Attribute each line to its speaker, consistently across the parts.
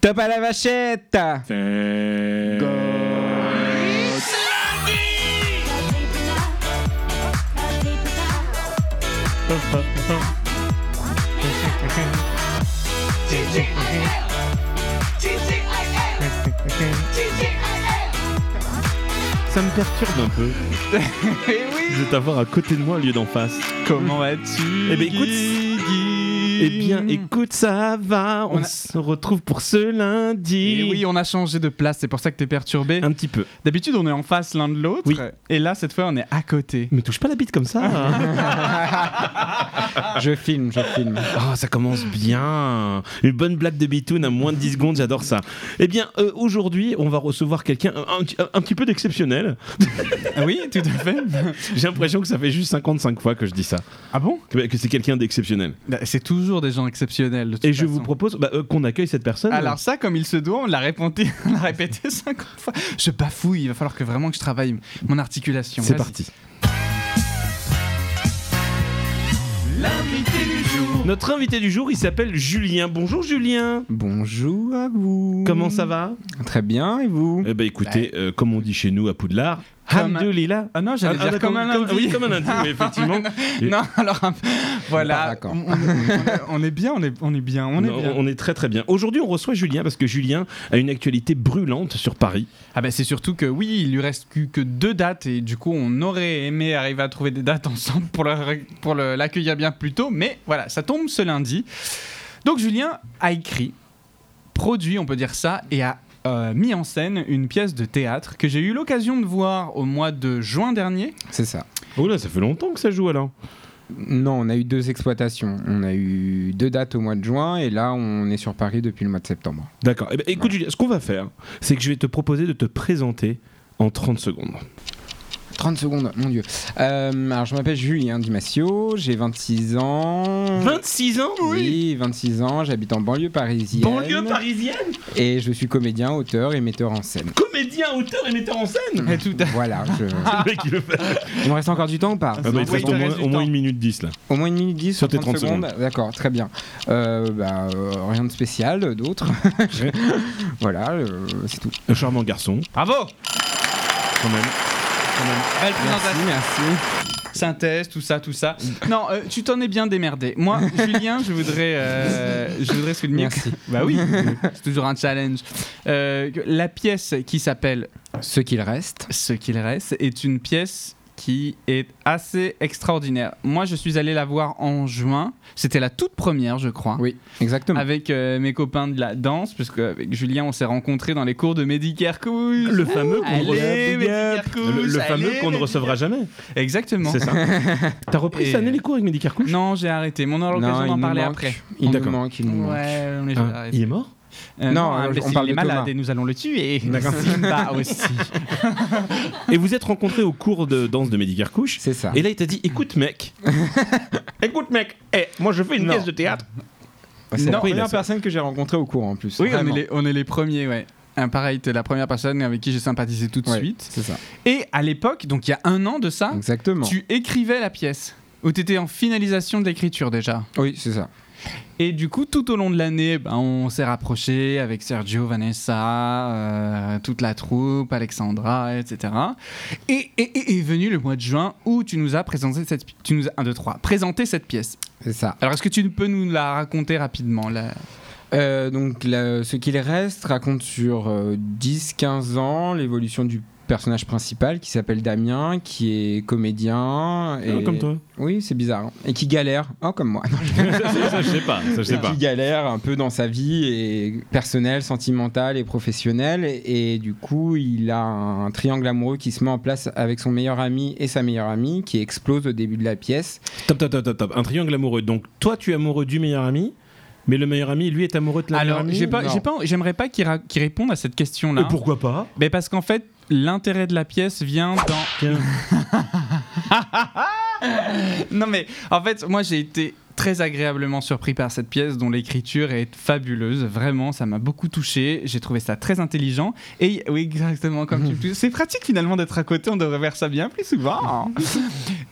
Speaker 1: Top à la vachette!
Speaker 2: Ça me perturbe un peu
Speaker 1: Eh oui!
Speaker 2: de t'avoir à côté de moi au lieu d'en face.
Speaker 1: Comment vas-tu?
Speaker 2: Eh ben, écoute,
Speaker 1: Guy, Guy
Speaker 2: Eh bien, écoute, ça va. On,
Speaker 1: On a-
Speaker 2: se retrouve pour ce lundi.
Speaker 1: Et Eh oui, on a changé de place, c'est pour ça que t'es perturbé.
Speaker 2: Un petit peu.
Speaker 1: D'habitude, on est en face l'un de l'autre,
Speaker 2: Oui.
Speaker 1: et là, cette fois, on est à côté.
Speaker 2: Me touche pas la bite comme ça.
Speaker 1: Ah.
Speaker 2: hein.
Speaker 1: Je filme, je filme.
Speaker 2: Ah, ça commence bien. Une bonne blague de Bitoun à moins de 10 secondes, j'adore ça. Eh bien, euh, aujourd'hui, on va recevoir quelqu'un un, un- un petit peu d'exceptionnel.
Speaker 1: Ah oui, tout à fait.
Speaker 2: J'ai l'impression que ça fait juste 55 fois que je dis ça.
Speaker 1: Ah bon?
Speaker 2: Que, que c'est quelqu'un d'exceptionnel.
Speaker 1: Bah, c'est toujours des gens exceptionnels. de toute
Speaker 2: Et je
Speaker 1: façon.
Speaker 2: vous propose bah, euh, qu'on accueille cette personne.
Speaker 1: Alors ça, comme il se doit, on l'a répété, on l'a répété 50 fois. Je bafouille, il va falloir que vraiment que je travaille mon articulation.
Speaker 2: c'est
Speaker 1: Vas-y.
Speaker 2: parti.
Speaker 1: L'invité du jour.
Speaker 2: Notre invité du jour, il s'appelle Julien. Bonjour Julien.
Speaker 1: Bonjour à vous.
Speaker 2: Comment ça
Speaker 1: Mmh.
Speaker 2: va
Speaker 1: Très bien, et vous
Speaker 2: Eh ben écoutez, euh, comme on dit chez nous à Poudlard,
Speaker 1: Comme-
Speaker 2: Hamdoulila.
Speaker 1: Ah non, j'allais
Speaker 2: Ah,
Speaker 1: dire
Speaker 2: d'accord,
Speaker 1: comme un lundi.
Speaker 2: oui, comme un lundi, oui, effectivement.
Speaker 1: Non, alors voilà,
Speaker 3: d'accord.
Speaker 1: on, on est bien, on est, on est bien, on
Speaker 2: Non,
Speaker 1: est bien.
Speaker 2: on est très très bien. Aujourd'hui, on reçoit Julien parce que Julien a une actualité brûlante sur Paris.
Speaker 1: Ah ben c'est surtout que oui, il lui reste que, que deux dates et du coup on aurait aimé arriver à trouver des dates ensemble pour le- pour le- l'accueillir bien plus tôt, mais voilà, ça tombe ce lundi. Donc Julien a écrit, produit, on peut dire ça, et a euh, mis en scène une pièce de théâtre que j'ai eu l'occasion de voir au mois de juin dernier.
Speaker 3: C'est ça.
Speaker 2: Oh là, ça fait longtemps que ça joue alors.
Speaker 3: Non, on a eu deux exploitations. On a eu deux dates au mois de juin et là, on est sur Paris depuis le mois de septembre.
Speaker 2: D'accord. Eh ben, écoute Julien, ce qu'on va faire, c'est que je vais te proposer de te présenter en 30 secondes.
Speaker 3: 30 secondes, mon dieu. Euh, alors, je m'appelle Julien Dimasio, j'ai 26 ans.
Speaker 2: 26 ans
Speaker 3: Oui, 26 ans, j'habite en banlieue parisienne.
Speaker 2: Banlieue parisienne
Speaker 3: Et je suis comédien, auteur et metteur en scène.
Speaker 2: Comédien, auteur et metteur en scène
Speaker 1: Et tout à
Speaker 3: Voilà, je...
Speaker 2: Le mec, il le fait.
Speaker 3: il me reste encore du temps ou pas
Speaker 2: Ah bah, il te
Speaker 1: Oui, Ah. il
Speaker 2: reste au
Speaker 1: te
Speaker 2: moins,
Speaker 1: reste du
Speaker 2: au moins
Speaker 1: temps.
Speaker 2: une minute 10 là.
Speaker 3: Au moins une minute dix
Speaker 2: Sur tes
Speaker 3: sur 30,
Speaker 2: 30
Speaker 3: secondes. D'accord, très bien. Euh, bah, euh, rien de spécial, euh, d'autre. voilà, euh, c'est tout.
Speaker 2: Un charmant garçon,
Speaker 1: Bravo
Speaker 2: quand même.
Speaker 1: Belle
Speaker 3: Merci,
Speaker 1: présentation.
Speaker 3: merci.
Speaker 1: synthèse, tout ça, tout ça. Non, euh, tu t'en es bien démerdé. Moi, Julien, je voudrais, euh, je voudrais souligner. que-
Speaker 3: Merci.
Speaker 1: Bah oui, c'est toujours un challenge. Euh, que la pièce qui s'appelle
Speaker 3: Ce qu'il reste.
Speaker 1: Ce qu'il reste est une pièce qui est assez extraordinaire. Moi, je suis allé la voir en juin. C'était la toute première, je crois.
Speaker 3: Oui, exactement.
Speaker 1: Avec euh, mes copains de la danse, parce qu'avec Julien, on s'est rencontrés dans les cours de Medicare Couch.
Speaker 2: Le fameux qu'on
Speaker 1: Allez, Medicare Couch,
Speaker 2: Le, le
Speaker 1: allez,
Speaker 2: fameux qu'on ne
Speaker 1: Medicare-
Speaker 2: recevra jamais.
Speaker 1: Exactement.
Speaker 2: C'est ça. T'as repris
Speaker 1: Et-
Speaker 2: cette année les cours avec Mehdi Karkouch
Speaker 1: Non, j'ai arrêté. Mais on aura l'occasion d'en
Speaker 3: nous
Speaker 1: parler
Speaker 3: manque.
Speaker 1: après.
Speaker 3: Il nous
Speaker 2: D'accord.
Speaker 3: manque, il nous manque.
Speaker 1: Ouais, on est
Speaker 2: Ah, Il est mort
Speaker 1: Euh,
Speaker 3: Non,
Speaker 1: hein,
Speaker 3: on
Speaker 1: mais
Speaker 3: parle
Speaker 1: s'il
Speaker 3: de
Speaker 1: est malade
Speaker 3: Thomas.
Speaker 1: et nous allons le tuer.
Speaker 3: D'accord.
Speaker 1: Simba aussi.
Speaker 2: Et vous êtes rencontrés au cours de danse de Mehdi Karkouch.
Speaker 3: C'est ça.
Speaker 2: Ah. Et là, il t'a dit écoute, mec, écoute, mec, eh, moi je fais une
Speaker 1: Non.
Speaker 2: pièce de théâtre.
Speaker 3: c'est
Speaker 1: Non,
Speaker 3: la
Speaker 2: oui, là,
Speaker 3: première
Speaker 2: ça-
Speaker 3: personne que j'ai rencontrée au cours en plus.
Speaker 1: oui, on est,
Speaker 3: Vraiment.
Speaker 1: les, on est les premiers, ouais. Ah, pareil, t'es la première personne avec qui j'ai sympathisé tout de
Speaker 3: Ouais,
Speaker 1: suite.
Speaker 3: C'est ça.
Speaker 1: Et à l'époque, donc il y a un an de ça,
Speaker 3: Exactement.
Speaker 1: Ah. tu écrivais la pièce. Ou t'étais en finalisation de l'écriture déjà.
Speaker 3: Oui, c'est ça.
Speaker 1: Et du coup, tout au long de l'année, ben, on s'est rapproché avec Sergio, Vanessa, euh, toute la troupe, Alexandra, etc. Et, et- et est venu le mois de juin où tu nous as présenté cette, pi- tu nous as, un, deux, trois, présenté cette pièce.
Speaker 3: C'est ça.
Speaker 1: Alors, est-ce que tu peux nous la raconter rapidement la-
Speaker 3: Euh, donc, la- ce qu'il reste raconte sur euh, 10-15 ans l'évolution du personnage principal qui s'appelle Damien, qui est comédien. Et...
Speaker 2: Ah, Comme toi.
Speaker 3: Oui, c'est bizarre. hein. Et qui galère. Oh, comme moi.
Speaker 2: ça, ça, je sais pas. Ça, je sais
Speaker 3: qui
Speaker 2: pas.
Speaker 3: galère un peu dans sa vie et personnelle, sentimentale et professionnelle. Et du coup, il a un triangle amoureux qui se met en place avec son meilleur ami et sa meilleure amie qui explose au début de la pièce.
Speaker 2: Top, top, top, top, top. Un triangle amoureux. Donc, toi, tu es amoureux du meilleur ami, mais le meilleur ami, lui, est amoureux de la meilleure
Speaker 1: Alors,
Speaker 2: amie.
Speaker 1: j'ai pas,
Speaker 3: non.
Speaker 1: j'ai pas, j'aimerais pas qu'il ra- qu'il réponde à cette question-là.
Speaker 2: Et pourquoi pas
Speaker 1: Mais parce qu'en fait, l'intérêt de la pièce vient dans.
Speaker 2: Tiens.
Speaker 1: Non mais, en fait, moi j'ai été très agréablement surpris par cette pièce dont l'écriture est fabuleuse. Vraiment, ça m'a beaucoup touché. J'ai trouvé ça très intelligent. Et oui, exactement comme tu le dis. C'est pratique finalement d'être à côté. On devrait faire ça bien plus souvent.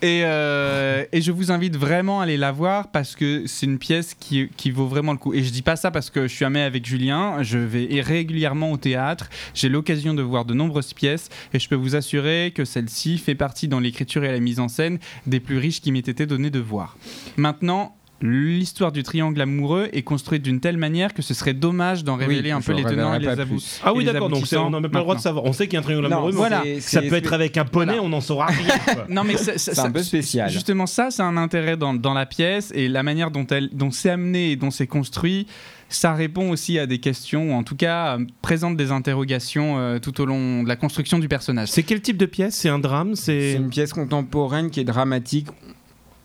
Speaker 1: Et, euh, et je vous invite vraiment à aller la voir parce que c'est une pièce qui, qui vaut vraiment le coup. Et je dis pas ça parce que je suis amé avec Julien, je vais régulièrement au théâtre, j'ai l'occasion de voir de nombreuses pièces et je peux vous assurer que celle-ci fait partie dans l'écriture et la mise en scène des plus riches qui m'ait été donné de voir. Maintenant, l'histoire du triangle amoureux est construite d'une telle manière que ce serait dommage d'en révéler un peu les tenants et les abous.
Speaker 2: Ah oui,
Speaker 1: Et les
Speaker 2: d'accord, donc c'est- on n'a même pas le droit de
Speaker 1: maintenant.
Speaker 2: savoir. On sait qu'il y a un triangle
Speaker 3: Non,
Speaker 2: amoureux, mais on
Speaker 1: voilà.
Speaker 2: sait
Speaker 3: c'est-
Speaker 2: que ça
Speaker 3: c'est-
Speaker 2: peut être avec un poney, on n'en saura rien. quoi.
Speaker 1: Non mais ça- ça-
Speaker 3: C'est un
Speaker 1: ça-
Speaker 3: peu spécial.
Speaker 1: Justement, ça, c'est un intérêt dans, dans la pièce et la manière dont, elle, dont c'est amené et dont c'est construit, ça répond aussi à des questions, ou en tout cas euh, présente des interrogations euh, tout au long de la construction du personnage.
Speaker 2: C'est quel type de pièce C'est un drame C'est
Speaker 3: C'est une pièce contemporaine qui est dramatique,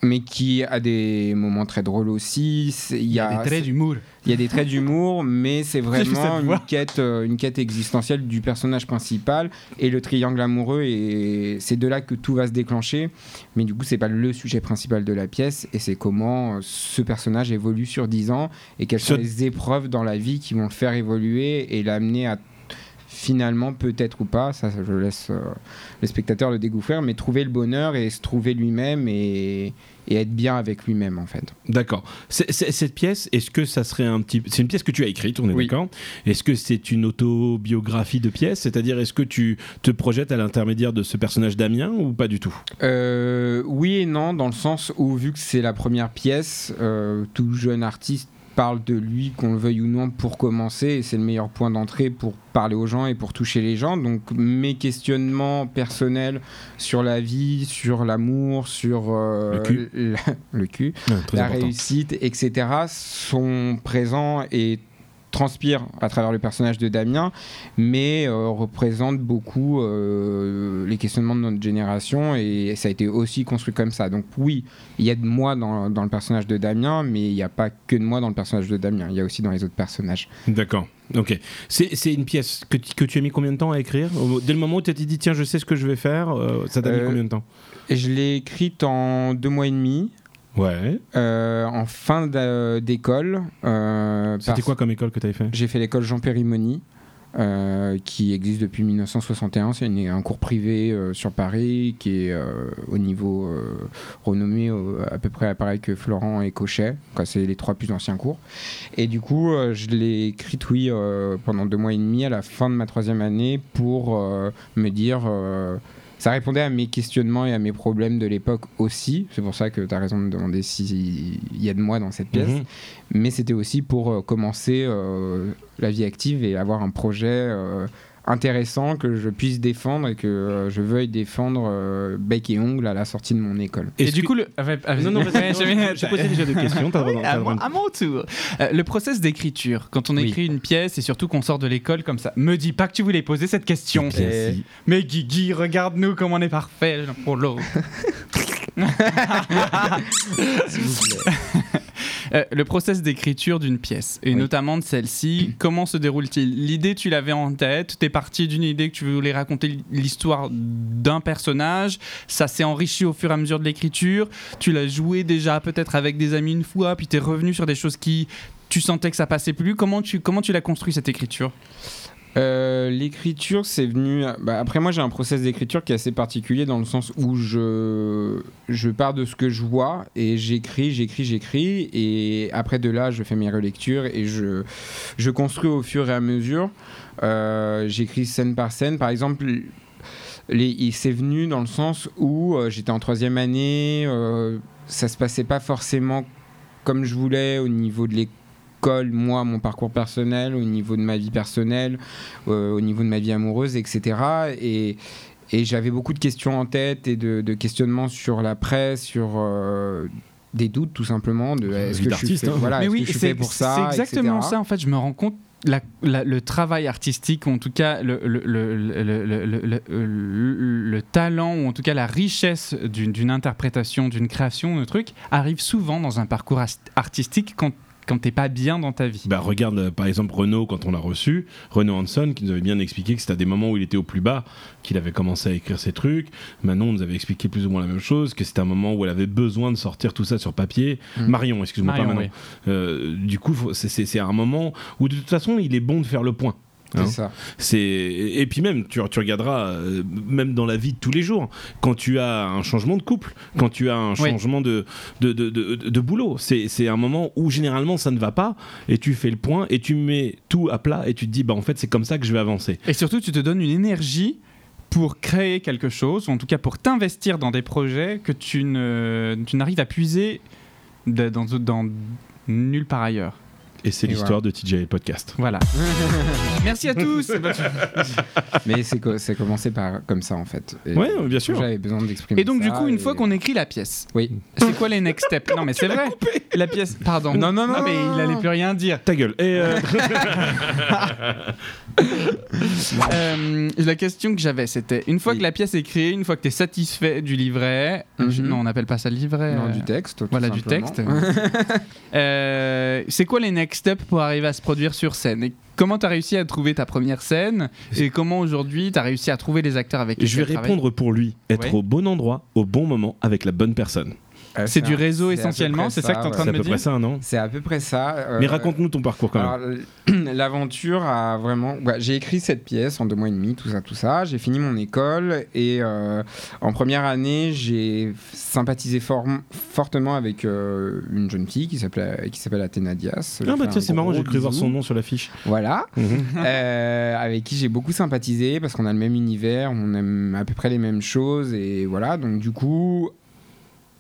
Speaker 3: mais qui a des moments très drôles aussi. C'est- Il y, a-
Speaker 1: des traits d'humour.
Speaker 3: il y a des traits d'humour, mais c'est
Speaker 2: Cette
Speaker 3: vraiment une
Speaker 2: voix.
Speaker 3: quête, euh, une quête existentielle du personnage principal et le triangle amoureux. Et c'est de là que tout va se déclencher. Mais du coup, c'est pas le sujet principal de la pièce, et c'est comment euh, ce personnage évolue sur 10 ans et quelles sont
Speaker 2: Ce-
Speaker 3: les épreuves dans la vie qui vont le faire évoluer et l'amener à finalement peut-être ou pas, ça je laisse euh, le spectateur le découvrir, mais trouver le bonheur et se trouver lui-même et, et être bien avec lui-même en fait.
Speaker 2: D'accord. C'est- c'est- Cette pièce, est-ce que ça serait un petit. C'est une pièce que tu as écrite, on est
Speaker 3: Oui.
Speaker 2: d'accord Est-ce que c'est une autobiographie de pièce C'est-à-dire, est-ce que tu te projettes à l'intermédiaire de ce personnage d'Amien ou pas du tout
Speaker 3: Euh, oui et non, dans le sens où vu que c'est la première pièce, euh, tout jeune artiste parle de lui, qu'on le veuille ou non, pour commencer, et c'est le meilleur point d'entrée pour parler aux gens et pour toucher les gens. Donc mes questionnements personnels sur la vie, sur l'amour, sur euh,
Speaker 2: Le cul.
Speaker 3: la- le cul,
Speaker 2: Ah, Très
Speaker 3: la
Speaker 2: important.
Speaker 3: réussite, etc., sont présents et transpirent à travers le personnage de Damien, mais euh, représentent beaucoup euh, les questionnements de notre génération et ça a été aussi construit comme ça. Donc oui, il y a de moi dans, dans le personnage de Damien, mais il n'y a pas que de moi dans le personnage de Damien, il y a aussi dans les autres personnages.
Speaker 2: D'accord. Ok. C'est c'est une pièce que, tu- que tu as mis combien de temps à écrire Au- Dès le moment où tu t'es dit, tiens, je sais ce que je vais faire, euh, ça t'a mis
Speaker 3: Euh,
Speaker 2: combien de temps
Speaker 3: Et je l'ai écrite en deux mois et demi,
Speaker 2: Ouais.
Speaker 3: euh, en fin d'a- d'école. euh,
Speaker 2: C'était
Speaker 3: parce-
Speaker 2: quoi comme école que tu avais fait
Speaker 3: J'ai fait l'école Jean Périmoni, euh, qui existe depuis 1961. C'est une- un cours privé euh, sur Paris qui est euh, au niveau euh, renommé euh, à peu près pareil que Florent et Cochet. Quoi, C'est les trois plus anciens cours. Et du coup, euh, je l'ai écrite, oui, euh, pendant deux mois et demi à la fin de ma troisième année pour euh, me dire. euh, ça répondait à mes questionnements et à mes problèmes de l'époque aussi. C'est pour ça que tu as raison de me demander s'il y a de moi dans cette pièce
Speaker 2: Mhm.
Speaker 3: mais c'était aussi pour euh, commencer euh, la vie active et avoir un projet euh, intéressant que je puisse défendre et que euh, je veuille défendre euh, bec et ongle à la sortie de mon école.
Speaker 1: Et,
Speaker 2: Est-ce
Speaker 1: du
Speaker 2: que-
Speaker 1: coup, le... ah, ouais, ah,
Speaker 2: Non, non,
Speaker 1: ouais,
Speaker 2: vas-y,
Speaker 1: j'ai-
Speaker 2: non, j'ai posé déjà deux questions. t'as le droit d'en- t'as
Speaker 1: à,
Speaker 2: le droit
Speaker 1: mon-
Speaker 2: de-
Speaker 1: à mon tour. Euh, le process d'écriture, quand on
Speaker 3: Oui.
Speaker 1: écrit une pièce et surtout qu'on sort de l'école comme ça, me dis pas que tu voulais poser cette question.
Speaker 2: Bien
Speaker 3: Et-
Speaker 2: si.
Speaker 1: Mais Guigui, regarde-nous comme on est parfait l'un pour l'autre. Euh, le process d'écriture d'une pièce, et
Speaker 3: Oui.
Speaker 1: notamment de celle-ci, comment se déroule-t-il L'idée, tu l'avais en tête, t'es parti d'une idée que tu voulais raconter l'histoire d'un personnage, ça s'est enrichi au fur et à mesure de l'écriture, tu l'as joué déjà peut-être avec des amis une fois, puis t'es revenu sur des choses qui... Tu sentais que ça passait plus. Comment tu, comment tu l'as construit cette écriture
Speaker 3: Euh, L'écriture, c'est venu. bah, après, moi, j'ai un process d'écriture qui est assez particulier dans le sens où je, je pars de ce que je vois et j'écris, j'écris, j'écris. Et après, de là, je fais mes relectures et je, je construis au fur et à mesure. Euh, j'écris scène par scène. Par exemple, les, il- c'est venu dans le sens où euh, j'étais en troisième année, euh, ça se passait pas forcément comme je voulais au niveau de l'école, moi, mon parcours personnel, au niveau de ma vie personnelle, euh, au niveau de ma vie amoureuse, etc. Et, et j'avais beaucoup de questions en tête et de, de questionnements sur la presse, sur euh, des doutes tout simplement. De,
Speaker 2: La
Speaker 3: est-ce
Speaker 2: vie
Speaker 3: que je suis
Speaker 2: d'artiste,
Speaker 3: fait,
Speaker 2: hein.
Speaker 3: voilà, Ah, est-ce que je suis
Speaker 1: c'est
Speaker 3: fait pour ça
Speaker 1: c'est exactement
Speaker 3: etc.
Speaker 1: ça. En fait, je me rends compte la- la- le travail artistique, ou en tout cas le, le, le, le- le- le- le- le- le talent, ou en tout cas la richesse d'une d'une interprétation, d'une création, de truc, arrive souvent dans un parcours as- artistique quand, quand t'es pas bien dans ta vie.
Speaker 2: Bah, regarde euh, par exemple Renaud quand on l'a reçu, Renaud Hanson qui nous avait bien expliqué que c'était à des moments où il était au plus bas qu'il avait commencé à écrire ses trucs. Manon nous avait expliqué plus ou moins la même chose, que c'était un moment où elle avait besoin de sortir tout ça sur papier.
Speaker 3: Mm.
Speaker 2: Marion, excuse-moi pas
Speaker 1: Hmm. Marion,
Speaker 2: Manon.
Speaker 1: oui.
Speaker 2: Euh, du coup, faut- c'est- c'est c'est un moment où de toute façon il est bon de faire le point. hein.
Speaker 3: C'est ça.
Speaker 2: C'est et et puis même tu, tu regarderas euh, même dans la vie de tous les jours quand tu as un changement de couple, quand tu as un
Speaker 1: Oui.
Speaker 2: changement de de, de, de- de boulot, c'est c'est un moment où généralement ça ne va pas et tu fais le point et tu mets tout à plat et tu te dis bah en fait c'est comme ça que je vais avancer.
Speaker 1: Et surtout, tu te donnes une énergie pour créer quelque chose, ou en tout cas pour t'investir dans des projets que tu ne- tu n'arrives à puiser de- dans, dans nulle part ailleurs.
Speaker 2: Et c'est
Speaker 3: Et
Speaker 2: l'histoire de TJ et le podcast.
Speaker 1: Voilà. Merci à tous.
Speaker 3: Mais c'est co- c'est commencé par comme ça en fait. Et
Speaker 2: Ouais, bien sûr.
Speaker 3: J'avais besoin d'exprimer.
Speaker 1: Et donc, du
Speaker 3: ça,
Speaker 1: coup, une
Speaker 3: et-
Speaker 1: fois qu'on écrit la pièce,
Speaker 3: Oui.
Speaker 1: c'est quoi les next steps Non, mais c'est vrai. La pièce. Pardon.
Speaker 3: Non, non, non,
Speaker 1: mais
Speaker 3: non,
Speaker 1: il allait
Speaker 3: non.
Speaker 1: plus rien dire.
Speaker 2: Ta gueule. Et euh,
Speaker 1: Euh, la question que j'avais, c'était une fois
Speaker 3: Oui.
Speaker 1: que la pièce est créée, une fois que tu es satisfait du livret,
Speaker 3: Mhm.
Speaker 1: je- non, on n'appelle pas ça le livret.
Speaker 3: Non,
Speaker 1: euh,
Speaker 3: du texte. tout
Speaker 1: Voilà, du
Speaker 3: simplement.
Speaker 1: texte. Euh, c'est quoi les next steps pour arriver à se produire sur scène Et comment tu as réussi à trouver ta première scène Et comment aujourd'hui tu as réussi à trouver les acteurs avec qui
Speaker 2: je vais répondre pour lui. Être
Speaker 1: Ouais.
Speaker 2: au bon endroit, au bon moment, avec la bonne personne.
Speaker 3: Euh,
Speaker 1: C'est du
Speaker 3: un-
Speaker 1: réseau
Speaker 3: c'est à peu
Speaker 1: essentiellement,
Speaker 3: près
Speaker 1: c'est ça que t'es en train
Speaker 2: C'est
Speaker 1: de
Speaker 2: à
Speaker 1: me
Speaker 2: peu
Speaker 1: dire
Speaker 2: près ça, non
Speaker 3: C'est à peu près ça. euh,
Speaker 2: Mais raconte-nous ton parcours quand même.
Speaker 3: Alors, l- l'aventure a vraiment. bah, j'ai écrit cette pièce en deux mois et demi, tout ça, tout ça. J'ai fini mon école et euh, en première année, j'ai sympathisé for- fortement avec euh, une jeune fille qui s'appelait qui s'appelle Athéna Dias. Je
Speaker 2: Ah
Speaker 3: lui
Speaker 2: bah
Speaker 3: fais
Speaker 2: tiens,
Speaker 3: un
Speaker 2: c'est marrant,
Speaker 3: gros
Speaker 2: j'ai cru voir
Speaker 3: bisou.
Speaker 2: son nom sur l'affiche.
Speaker 3: Voilà,
Speaker 2: Mhm.
Speaker 3: Euh, avec qui j'ai beaucoup sympathisé parce qu'on a le même univers, on aime à peu près les mêmes choses et voilà. Donc du coup,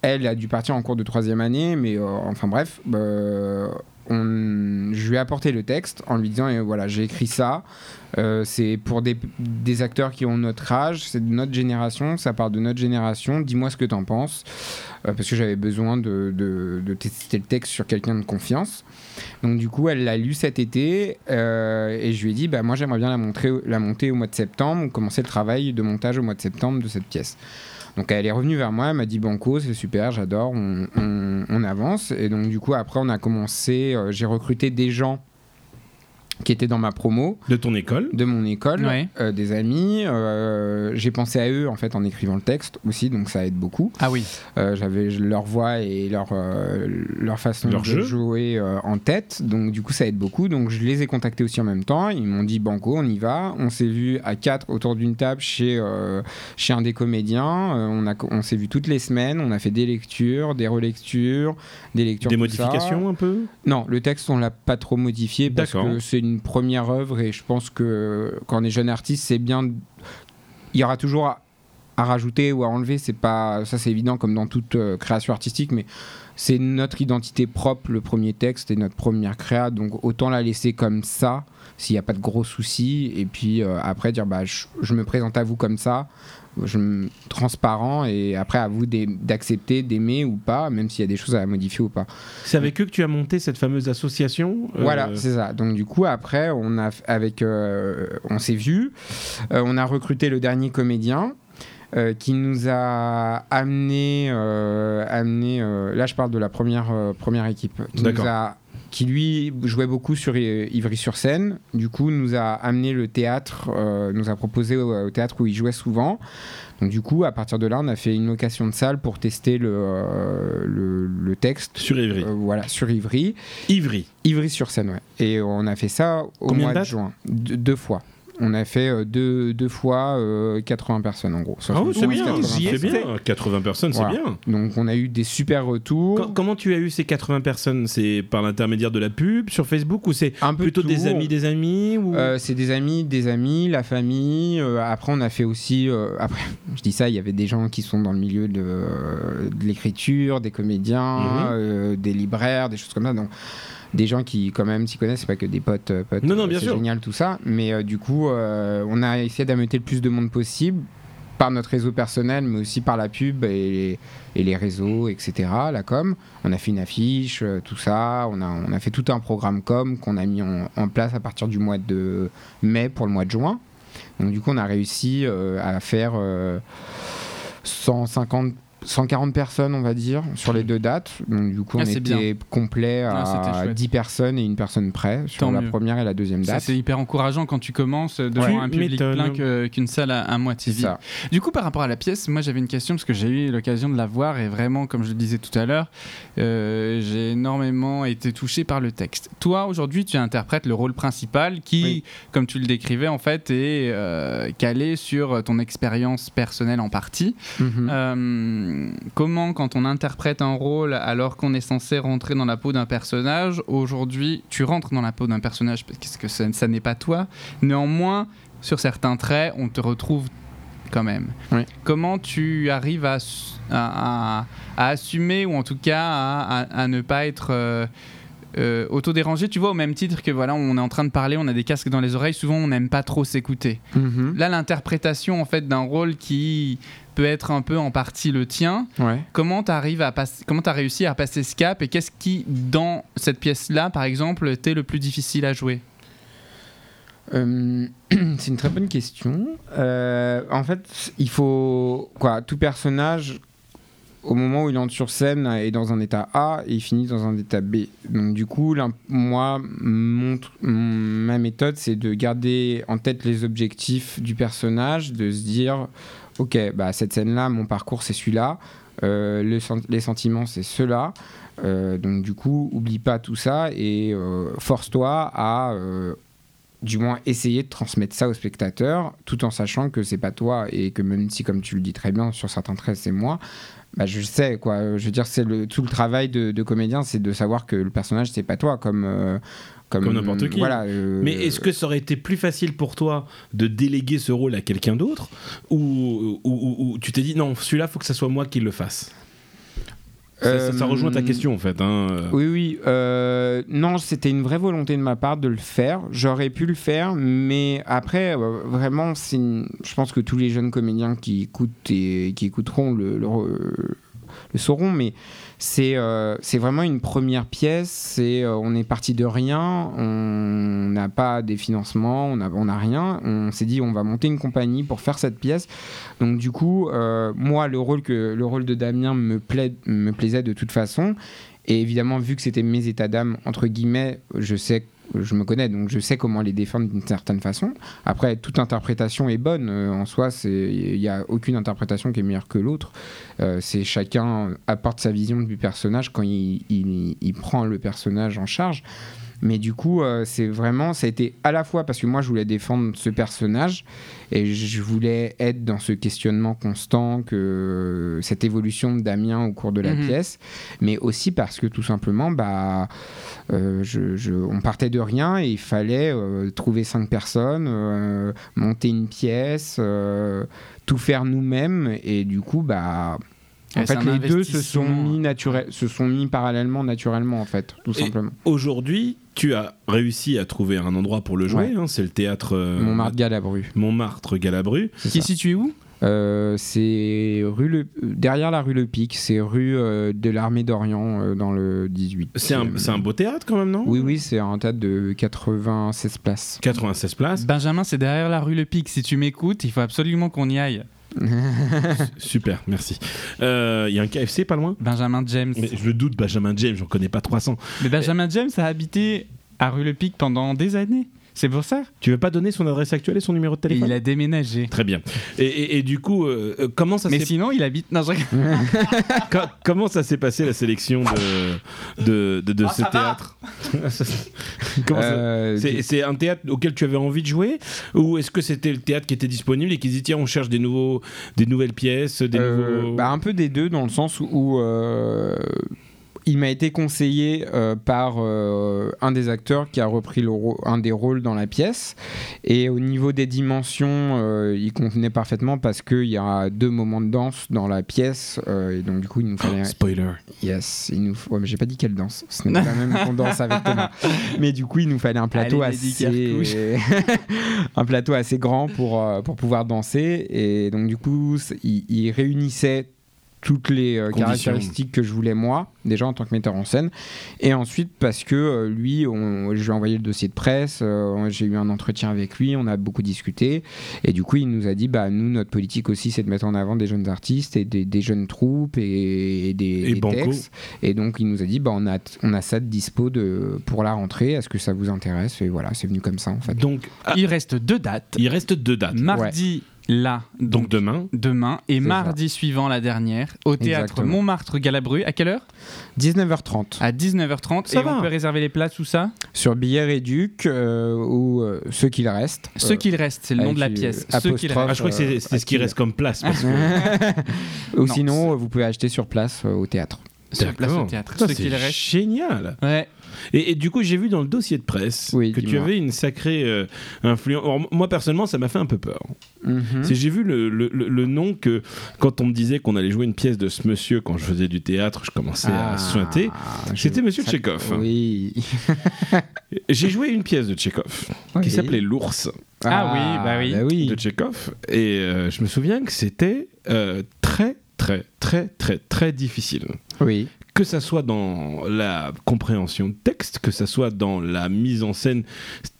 Speaker 3: elle a dû partir en cours de troisième année, mais euh, enfin bref, euh, on- je lui ai apporté le texte en lui disant, et voilà, j'ai écrit ça, euh, c'est pour des, des acteurs qui ont notre âge, c'est de notre génération, ça part de notre génération, dis-moi ce que t'en penses, Euh, parce que j'avais besoin de, de- de tester le texte sur quelqu'un de confiance. Donc du coup, elle l'a lu cet été, euh, et je lui ai dit, bah, moi j'aimerais bien la, montrer, la monter au mois de septembre, ou commencer le travail de montage au mois de septembre de cette pièce. Donc elle est revenue vers moi, elle m'a dit Banco, c'est super, j'adore, on, on- on avance. Et donc du coup après on a commencé, euh, j'ai recruté des gens qui étaient dans ma promo,
Speaker 2: De ton école.
Speaker 3: de mon école,
Speaker 1: Ouais.
Speaker 3: euh, des amis. euh, j'ai pensé à eux en fait en écrivant le texte aussi, donc ça aide beaucoup.
Speaker 1: Ah oui.
Speaker 3: Euh, J'avais leur voix et leur, euh, leur façon
Speaker 2: Leur
Speaker 3: de
Speaker 2: jeu.
Speaker 3: jouer euh, en tête. Donc, du coup, ça aide beaucoup. Donc, je les ai contactés aussi en même temps. Ils m'ont dit Banco, on y va. On s'est vu à quatre autour d'une table chez, euh, chez un des comédiens. Euh, on a co- on s'est vu toutes les semaines. On a fait des lectures, des relectures, des lectures.
Speaker 2: Des
Speaker 3: tout ça.
Speaker 2: modifications un peu
Speaker 3: Non, le texte, on l'a pas trop modifié parce
Speaker 2: D'accord.
Speaker 3: que c'est une première œuvre et je pense que quand on est jeune artiste, c'est bien. Il y aura toujours à, à rajouter ou à enlever. C'est pas ça, c'est évident comme dans toute euh, création artistique, mais c'est notre identité propre, le premier texte et notre première créa. Donc autant la laisser comme ça, s'il n'y a pas de gros soucis. Et puis euh, après dire, bah, je, je me présente à vous comme ça, je me transparent. Et après à vous d'ai- d'accepter, d'aimer ou pas, même s'il y a des choses à modifier ou pas.
Speaker 2: C'est avec eux que tu as monté cette fameuse association euh,
Speaker 3: Voilà, c'est ça. Donc du coup, après, on a f- avec, euh, on s'est vu, Euh, on a recruté le dernier comédien. euh, qui nous a amené, euh, amené euh, là je parle de la première, euh, première équipe, qui, nous
Speaker 2: D'accord.
Speaker 3: a- qui lui jouait beaucoup sur I- Ivry-sur-Seine, du coup nous a amené le théâtre, euh, nous a proposé au, au théâtre où il jouait souvent, donc du coup à partir de là on a fait une location de salle pour tester le, euh, le, le texte
Speaker 2: Sur Ivry.
Speaker 3: euh, voilà, sur Ivry,
Speaker 2: Ivry.
Speaker 3: Ivry-sur-Seine, ouais. Et on a fait ça au
Speaker 2: Combien de
Speaker 3: mois de,
Speaker 2: dates
Speaker 3: juin. De- deux fois. On a fait euh, deux, deux fois euh, 80 personnes en gros.
Speaker 2: Ah oui, c'est
Speaker 3: 75,
Speaker 2: bien,
Speaker 3: 80.
Speaker 1: j'y ai
Speaker 2: c'est
Speaker 1: été.
Speaker 2: bien. 80 personnes, c'est
Speaker 3: Voilà.
Speaker 2: bien.
Speaker 3: Donc on a eu des super retours.
Speaker 2: Co- comment tu as eu ces 80 personnes C'est par l'intermédiaire de la pub, sur Facebook, ou c'est
Speaker 3: un peu
Speaker 2: plutôt
Speaker 3: tout.
Speaker 2: des amis, des amis ou...
Speaker 3: Euh, c'est des amis, des amis, la famille. euh, après, on a fait aussi. euh, après, je dis ça, il y avait des gens qui sont dans le milieu de, euh, de l'écriture, des comédiens,
Speaker 2: Mhm.
Speaker 3: euh, des libraires, des choses comme ça. Donc, des gens qui, quand même, s'y connaissent. C'est pas que des potes. euh, potes,
Speaker 2: Non, non,
Speaker 3: euh,
Speaker 2: bien
Speaker 3: c'est
Speaker 2: sûr.
Speaker 3: génial tout ça. Mais euh, du coup, euh, on a essayé d'ameuter le plus de monde possible par notre réseau personnel, mais aussi par la pub et, et les réseaux, etc. La com. On a fait une affiche, euh, tout ça. On a, on a fait tout un programme com qu'on a mis en, en place à partir du mois de mai pour le mois de juin. Donc du coup, on a réussi euh, à faire euh, 150 140 personnes, on va dire, sur les deux dates. Donc, du coup, on
Speaker 1: Ah, c'est
Speaker 3: était
Speaker 1: bien.
Speaker 3: complet
Speaker 1: Ah,
Speaker 3: à
Speaker 1: c'était chouette.
Speaker 3: 10 personnes et une personne près sur
Speaker 1: Tant
Speaker 3: la
Speaker 1: mieux.
Speaker 3: première et la deuxième
Speaker 1: Ça,
Speaker 3: date.
Speaker 1: c'est hyper encourageant quand tu commences euh, devant
Speaker 2: Bah. Tu
Speaker 1: un public
Speaker 2: m'étonnes.
Speaker 1: plein que- qu'une salle à, à moitié
Speaker 3: C'est
Speaker 1: vide.
Speaker 3: ça.
Speaker 1: Du coup, par rapport à la pièce, moi j'avais une question parce que j'ai eu l'occasion de la voir et vraiment, comme je le disais tout à l'heure, euh, j'ai énormément été touché par le texte. Toi, aujourd'hui, tu interprètes le rôle principal qui,
Speaker 3: Oui.
Speaker 1: comme tu le décrivais en fait, est euh, calé sur ton expérience personnelle en partie.
Speaker 3: Mhm.
Speaker 1: Euh, comment, quand on interprète un rôle alors qu'on est censé rentrer dans la peau d'un personnage, aujourd'hui tu rentres dans la peau d'un personnage parce que ça, ça n'est pas toi, néanmoins sur certains traits on te retrouve quand même.
Speaker 3: Oui.
Speaker 1: Comment tu arrives à, s- à- à- à assumer ou en tout cas à, à- à ne pas être... euh, euh, autodérangé, tu vois, au même titre que voilà, on est en train de parler, on a des casques dans les oreilles, souvent on n'aime pas trop s'écouter.
Speaker 3: Mhm.
Speaker 1: Là, l'interprétation en fait d'un rôle qui peut être un peu en partie le tien.
Speaker 3: Mm-hmm. Ouais.
Speaker 1: Comment t'arrives à passer, comment t'as réussi à passer ce cap et qu'est-ce qui dans cette pièce-là, par exemple, était le plus difficile à jouer
Speaker 3: Euh, c'est une très bonne question. Euh, en fait, il faut quoi Tout personnage, au moment où il entre sur scène, hein, est dans un état A et il finit dans un état B. Donc du coup, là, moi, mon tr- mon- ma méthode, c'est de garder en tête les objectifs du personnage, de se dire, ok, bah cette scène-là, mon parcours, c'est celui-là. Euh, le sen- les sentiments, c'est cela. Euh, donc du coup, oublie pas tout ça et euh, force-toi à euh, du moins essayer de transmettre ça au spectateur, tout en sachant que c'est pas toi et que même si, comme tu le dis très bien, sur certains traits c'est moi, bah je sais quoi. Euh, Je veux dire, c'est le tout le travail de, de comédien, c'est de savoir que le personnage c'est pas toi, comme euh, comme,
Speaker 2: Comme n'importe qui.
Speaker 3: Voilà. euh,
Speaker 2: Mais est-ce que ça aurait été plus facile pour toi de déléguer ce rôle à quelqu'un d'autre ou, ou- ou- ou tu t'es dit non, celui-là, faut que ça soit moi qui le fasse ça, ça- ça
Speaker 3: Euh,
Speaker 2: rejoint ta question en fait. hein, euh.
Speaker 3: Oui, oui. euh, non, c'était une vraie volonté de ma part de le faire. J'aurais pu le faire, mais après, euh, vraiment, c'est une- je pense que tous les jeunes comédiens qui écoutent et qui écouteront le, le, re- le sauront, mais c'est euh, c'est vraiment une première pièce. C'est euh, on est parti de rien, on n'a pas des financements, on n'a on n'a rien. On s'est dit on va monter une compagnie pour faire cette pièce. Donc du coup, euh, moi le rôle que le rôle de Damien me plaît me plaisait de toute façon. Et évidemment, vu que c'était mes états d'âme, entre guillemets, je sais, je me connais, donc je sais comment les défendre d'une certaine façon. Après, toute interprétation est bonne. euh, en soi, c'est- il n'y a aucune interprétation qui est meilleure que l'autre. Euh, c'est chacun apporte sa vision du personnage quand il, il- il prend le personnage en charge. Mais du coup, euh, c'est vraiment, ça a été à la fois parce que moi, je voulais défendre ce personnage et je voulais être dans ce questionnement constant que cette évolution de Damien au cours de la
Speaker 1: Mhm.
Speaker 3: pièce, mais aussi parce que tout simplement, bah, euh, je, je- on partait de rien et il fallait euh, trouver cinq personnes, euh, monter une pièce, euh, tout faire nous-mêmes et du coup, bah. En
Speaker 1: Ouais, c'est
Speaker 3: fait,
Speaker 1: un
Speaker 3: les deux se sont,
Speaker 1: investissement. hein.
Speaker 3: mis naturel, se sont mis parallèlement, naturellement, en fait, tout
Speaker 2: Et-
Speaker 3: simplement.
Speaker 2: Aujourd'hui, tu as réussi à trouver un endroit pour le jouer.
Speaker 3: Ouais.
Speaker 2: hein, c'est le théâtre euh,
Speaker 3: Montmartre Galabru.
Speaker 2: Montmartre Galabru.
Speaker 1: Qui est situé où
Speaker 3: Euh, c'est rue Le- derrière la rue Le Pic, c'est rue euh, de l'armée d'Orient euh, dans le 18.
Speaker 2: C'est un,
Speaker 3: Euh,
Speaker 2: c'est un beau théâtre quand même, non
Speaker 3: Oui, oui, c'est un théâtre de 96 places.
Speaker 2: 96 places.
Speaker 1: Benjamin, c'est derrière la rue Le Pic. Si tu m'écoutes, il faut absolument qu'on y aille.
Speaker 2: Super, merci. Euh, Il y a un KFC pas loin
Speaker 1: Benjamin James.
Speaker 2: mais
Speaker 1: Mais,
Speaker 2: je le doute, Benjamin James, j'en connais pas 300.
Speaker 1: Benjamin James a habité à rue Le Pic pendant des années. C'est pour ça.
Speaker 2: Tu veux pas donner son adresse actuelle et son numéro de
Speaker 1: Et
Speaker 2: téléphone
Speaker 1: il a déménagé.
Speaker 2: Très bien. Et, et- et du coup, euh, euh, comment ça
Speaker 1: Mais
Speaker 2: s'est
Speaker 1: sinon, il habite. Non, je rigole.
Speaker 2: co- comment ça s'est passé la sélection de de, de, de ce théâtre Comment ça-
Speaker 3: Ah, Euh,
Speaker 2: C'est c'est un théâtre auquel tu avais envie de jouer ou est-ce que c'était le théâtre qui était disponible et qui dit tiens on cherche des nouveaux des nouvelles pièces des
Speaker 3: Euh,
Speaker 2: nouveaux
Speaker 3: bah, un peu des deux dans le sens où euh, il m'a été conseillé euh, par euh, un des acteurs qui a repris le rô- un des rôles dans la pièce et au niveau des dimensions euh, il convenait parfaitement parce qu'il y a deux moments de danse dans la pièce euh, et donc du coup il nous fallait
Speaker 2: spoiler
Speaker 3: yes il nous faut- ouais, mais j'ai pas dit quelle danse ce n'est pas la même qu'on danse avec Thomas mais du coup il nous fallait un plateau
Speaker 1: Allez, Lady
Speaker 3: assez un plateau assez grand pour, euh, pour pouvoir danser. Et donc, du coup, c- il, il réunissait toutes les euh,
Speaker 2: Conditions.
Speaker 3: caractéristiques que je voulais moi, déjà en tant que metteur en scène. Et ensuite parce que euh, lui, on- je lui ai envoyé le dossier de presse, euh, j'ai eu un entretien avec lui, on a beaucoup discuté. Et du coup, il nous a dit, bah nous, notre politique aussi, c'est de mettre en avant des jeunes artistes et des, des jeunes troupes et, et des,
Speaker 2: Et
Speaker 3: des
Speaker 2: Banco.
Speaker 3: textes. Et donc, il nous a dit, bah on a, on a ça de dispo de, pour la rentrée, est-ce que ça vous intéresse Et voilà, c'est venu comme ça en fait.
Speaker 2: Donc, ah,
Speaker 1: Il reste deux dates.
Speaker 2: il reste deux dates.
Speaker 1: Mardi, là,
Speaker 2: Donc
Speaker 1: donc,
Speaker 2: demain,
Speaker 1: demain, et
Speaker 3: ça.
Speaker 1: mardi suivant, la dernière, au théâtre
Speaker 3: Exactement.
Speaker 1: Montmartre-Galabru. À quelle heure
Speaker 3: 19h30.
Speaker 1: À 19h30.
Speaker 2: Ça
Speaker 1: et
Speaker 2: va.
Speaker 1: on peut réserver les places ou ça
Speaker 3: sur Billard et Duc euh, ou euh, ceux qu'il reste.
Speaker 1: Ceux qu'il reste, c'est le nom de la
Speaker 3: avec, euh,
Speaker 1: pièce. Ceux qu'il
Speaker 3: apostrophe.
Speaker 1: reste.
Speaker 2: ah, je crois que c'est-
Speaker 3: euh,
Speaker 2: c'est ce qui
Speaker 3: Attila.
Speaker 2: reste comme place.
Speaker 1: ah,
Speaker 2: parce que-
Speaker 3: Ou
Speaker 1: Non,
Speaker 3: sinon, euh, vous pouvez acheter sur place euh, au théâtre.
Speaker 1: Sur place au
Speaker 2: D'accord.
Speaker 1: théâtre.
Speaker 2: Putain,
Speaker 1: Ceux qu'il
Speaker 2: C'est
Speaker 1: reste.
Speaker 2: génial.
Speaker 1: Ouais.
Speaker 2: Et, et du coup, j'ai vu dans le dossier de presse
Speaker 3: Oui,
Speaker 2: que tu
Speaker 3: dis-moi.
Speaker 2: avais une sacrée euh, influence. Or, moi, personnellement, ça m'a fait un peu peur.
Speaker 1: Hum.
Speaker 2: C'est- J'ai vu le, le- le- le nom que, quand on me disait qu'on allait jouer une pièce de ce monsieur quand je faisais du théâtre, je commençais
Speaker 1: Ah.
Speaker 2: à sointer. C'était Monsieur Tchekhov.
Speaker 3: Ah, Oui.
Speaker 2: J'ai joué une pièce de Tchekhov
Speaker 3: Oui.
Speaker 2: qui s'appelait L'ours
Speaker 1: Ah oui, bah oui.
Speaker 2: de Tchekhov. Et euh, je me souviens que c'était euh, très, très, très, très, très difficile.
Speaker 3: Oui.
Speaker 2: que ça soit dans la compréhension de texte, que ça soit dans la mise en scène,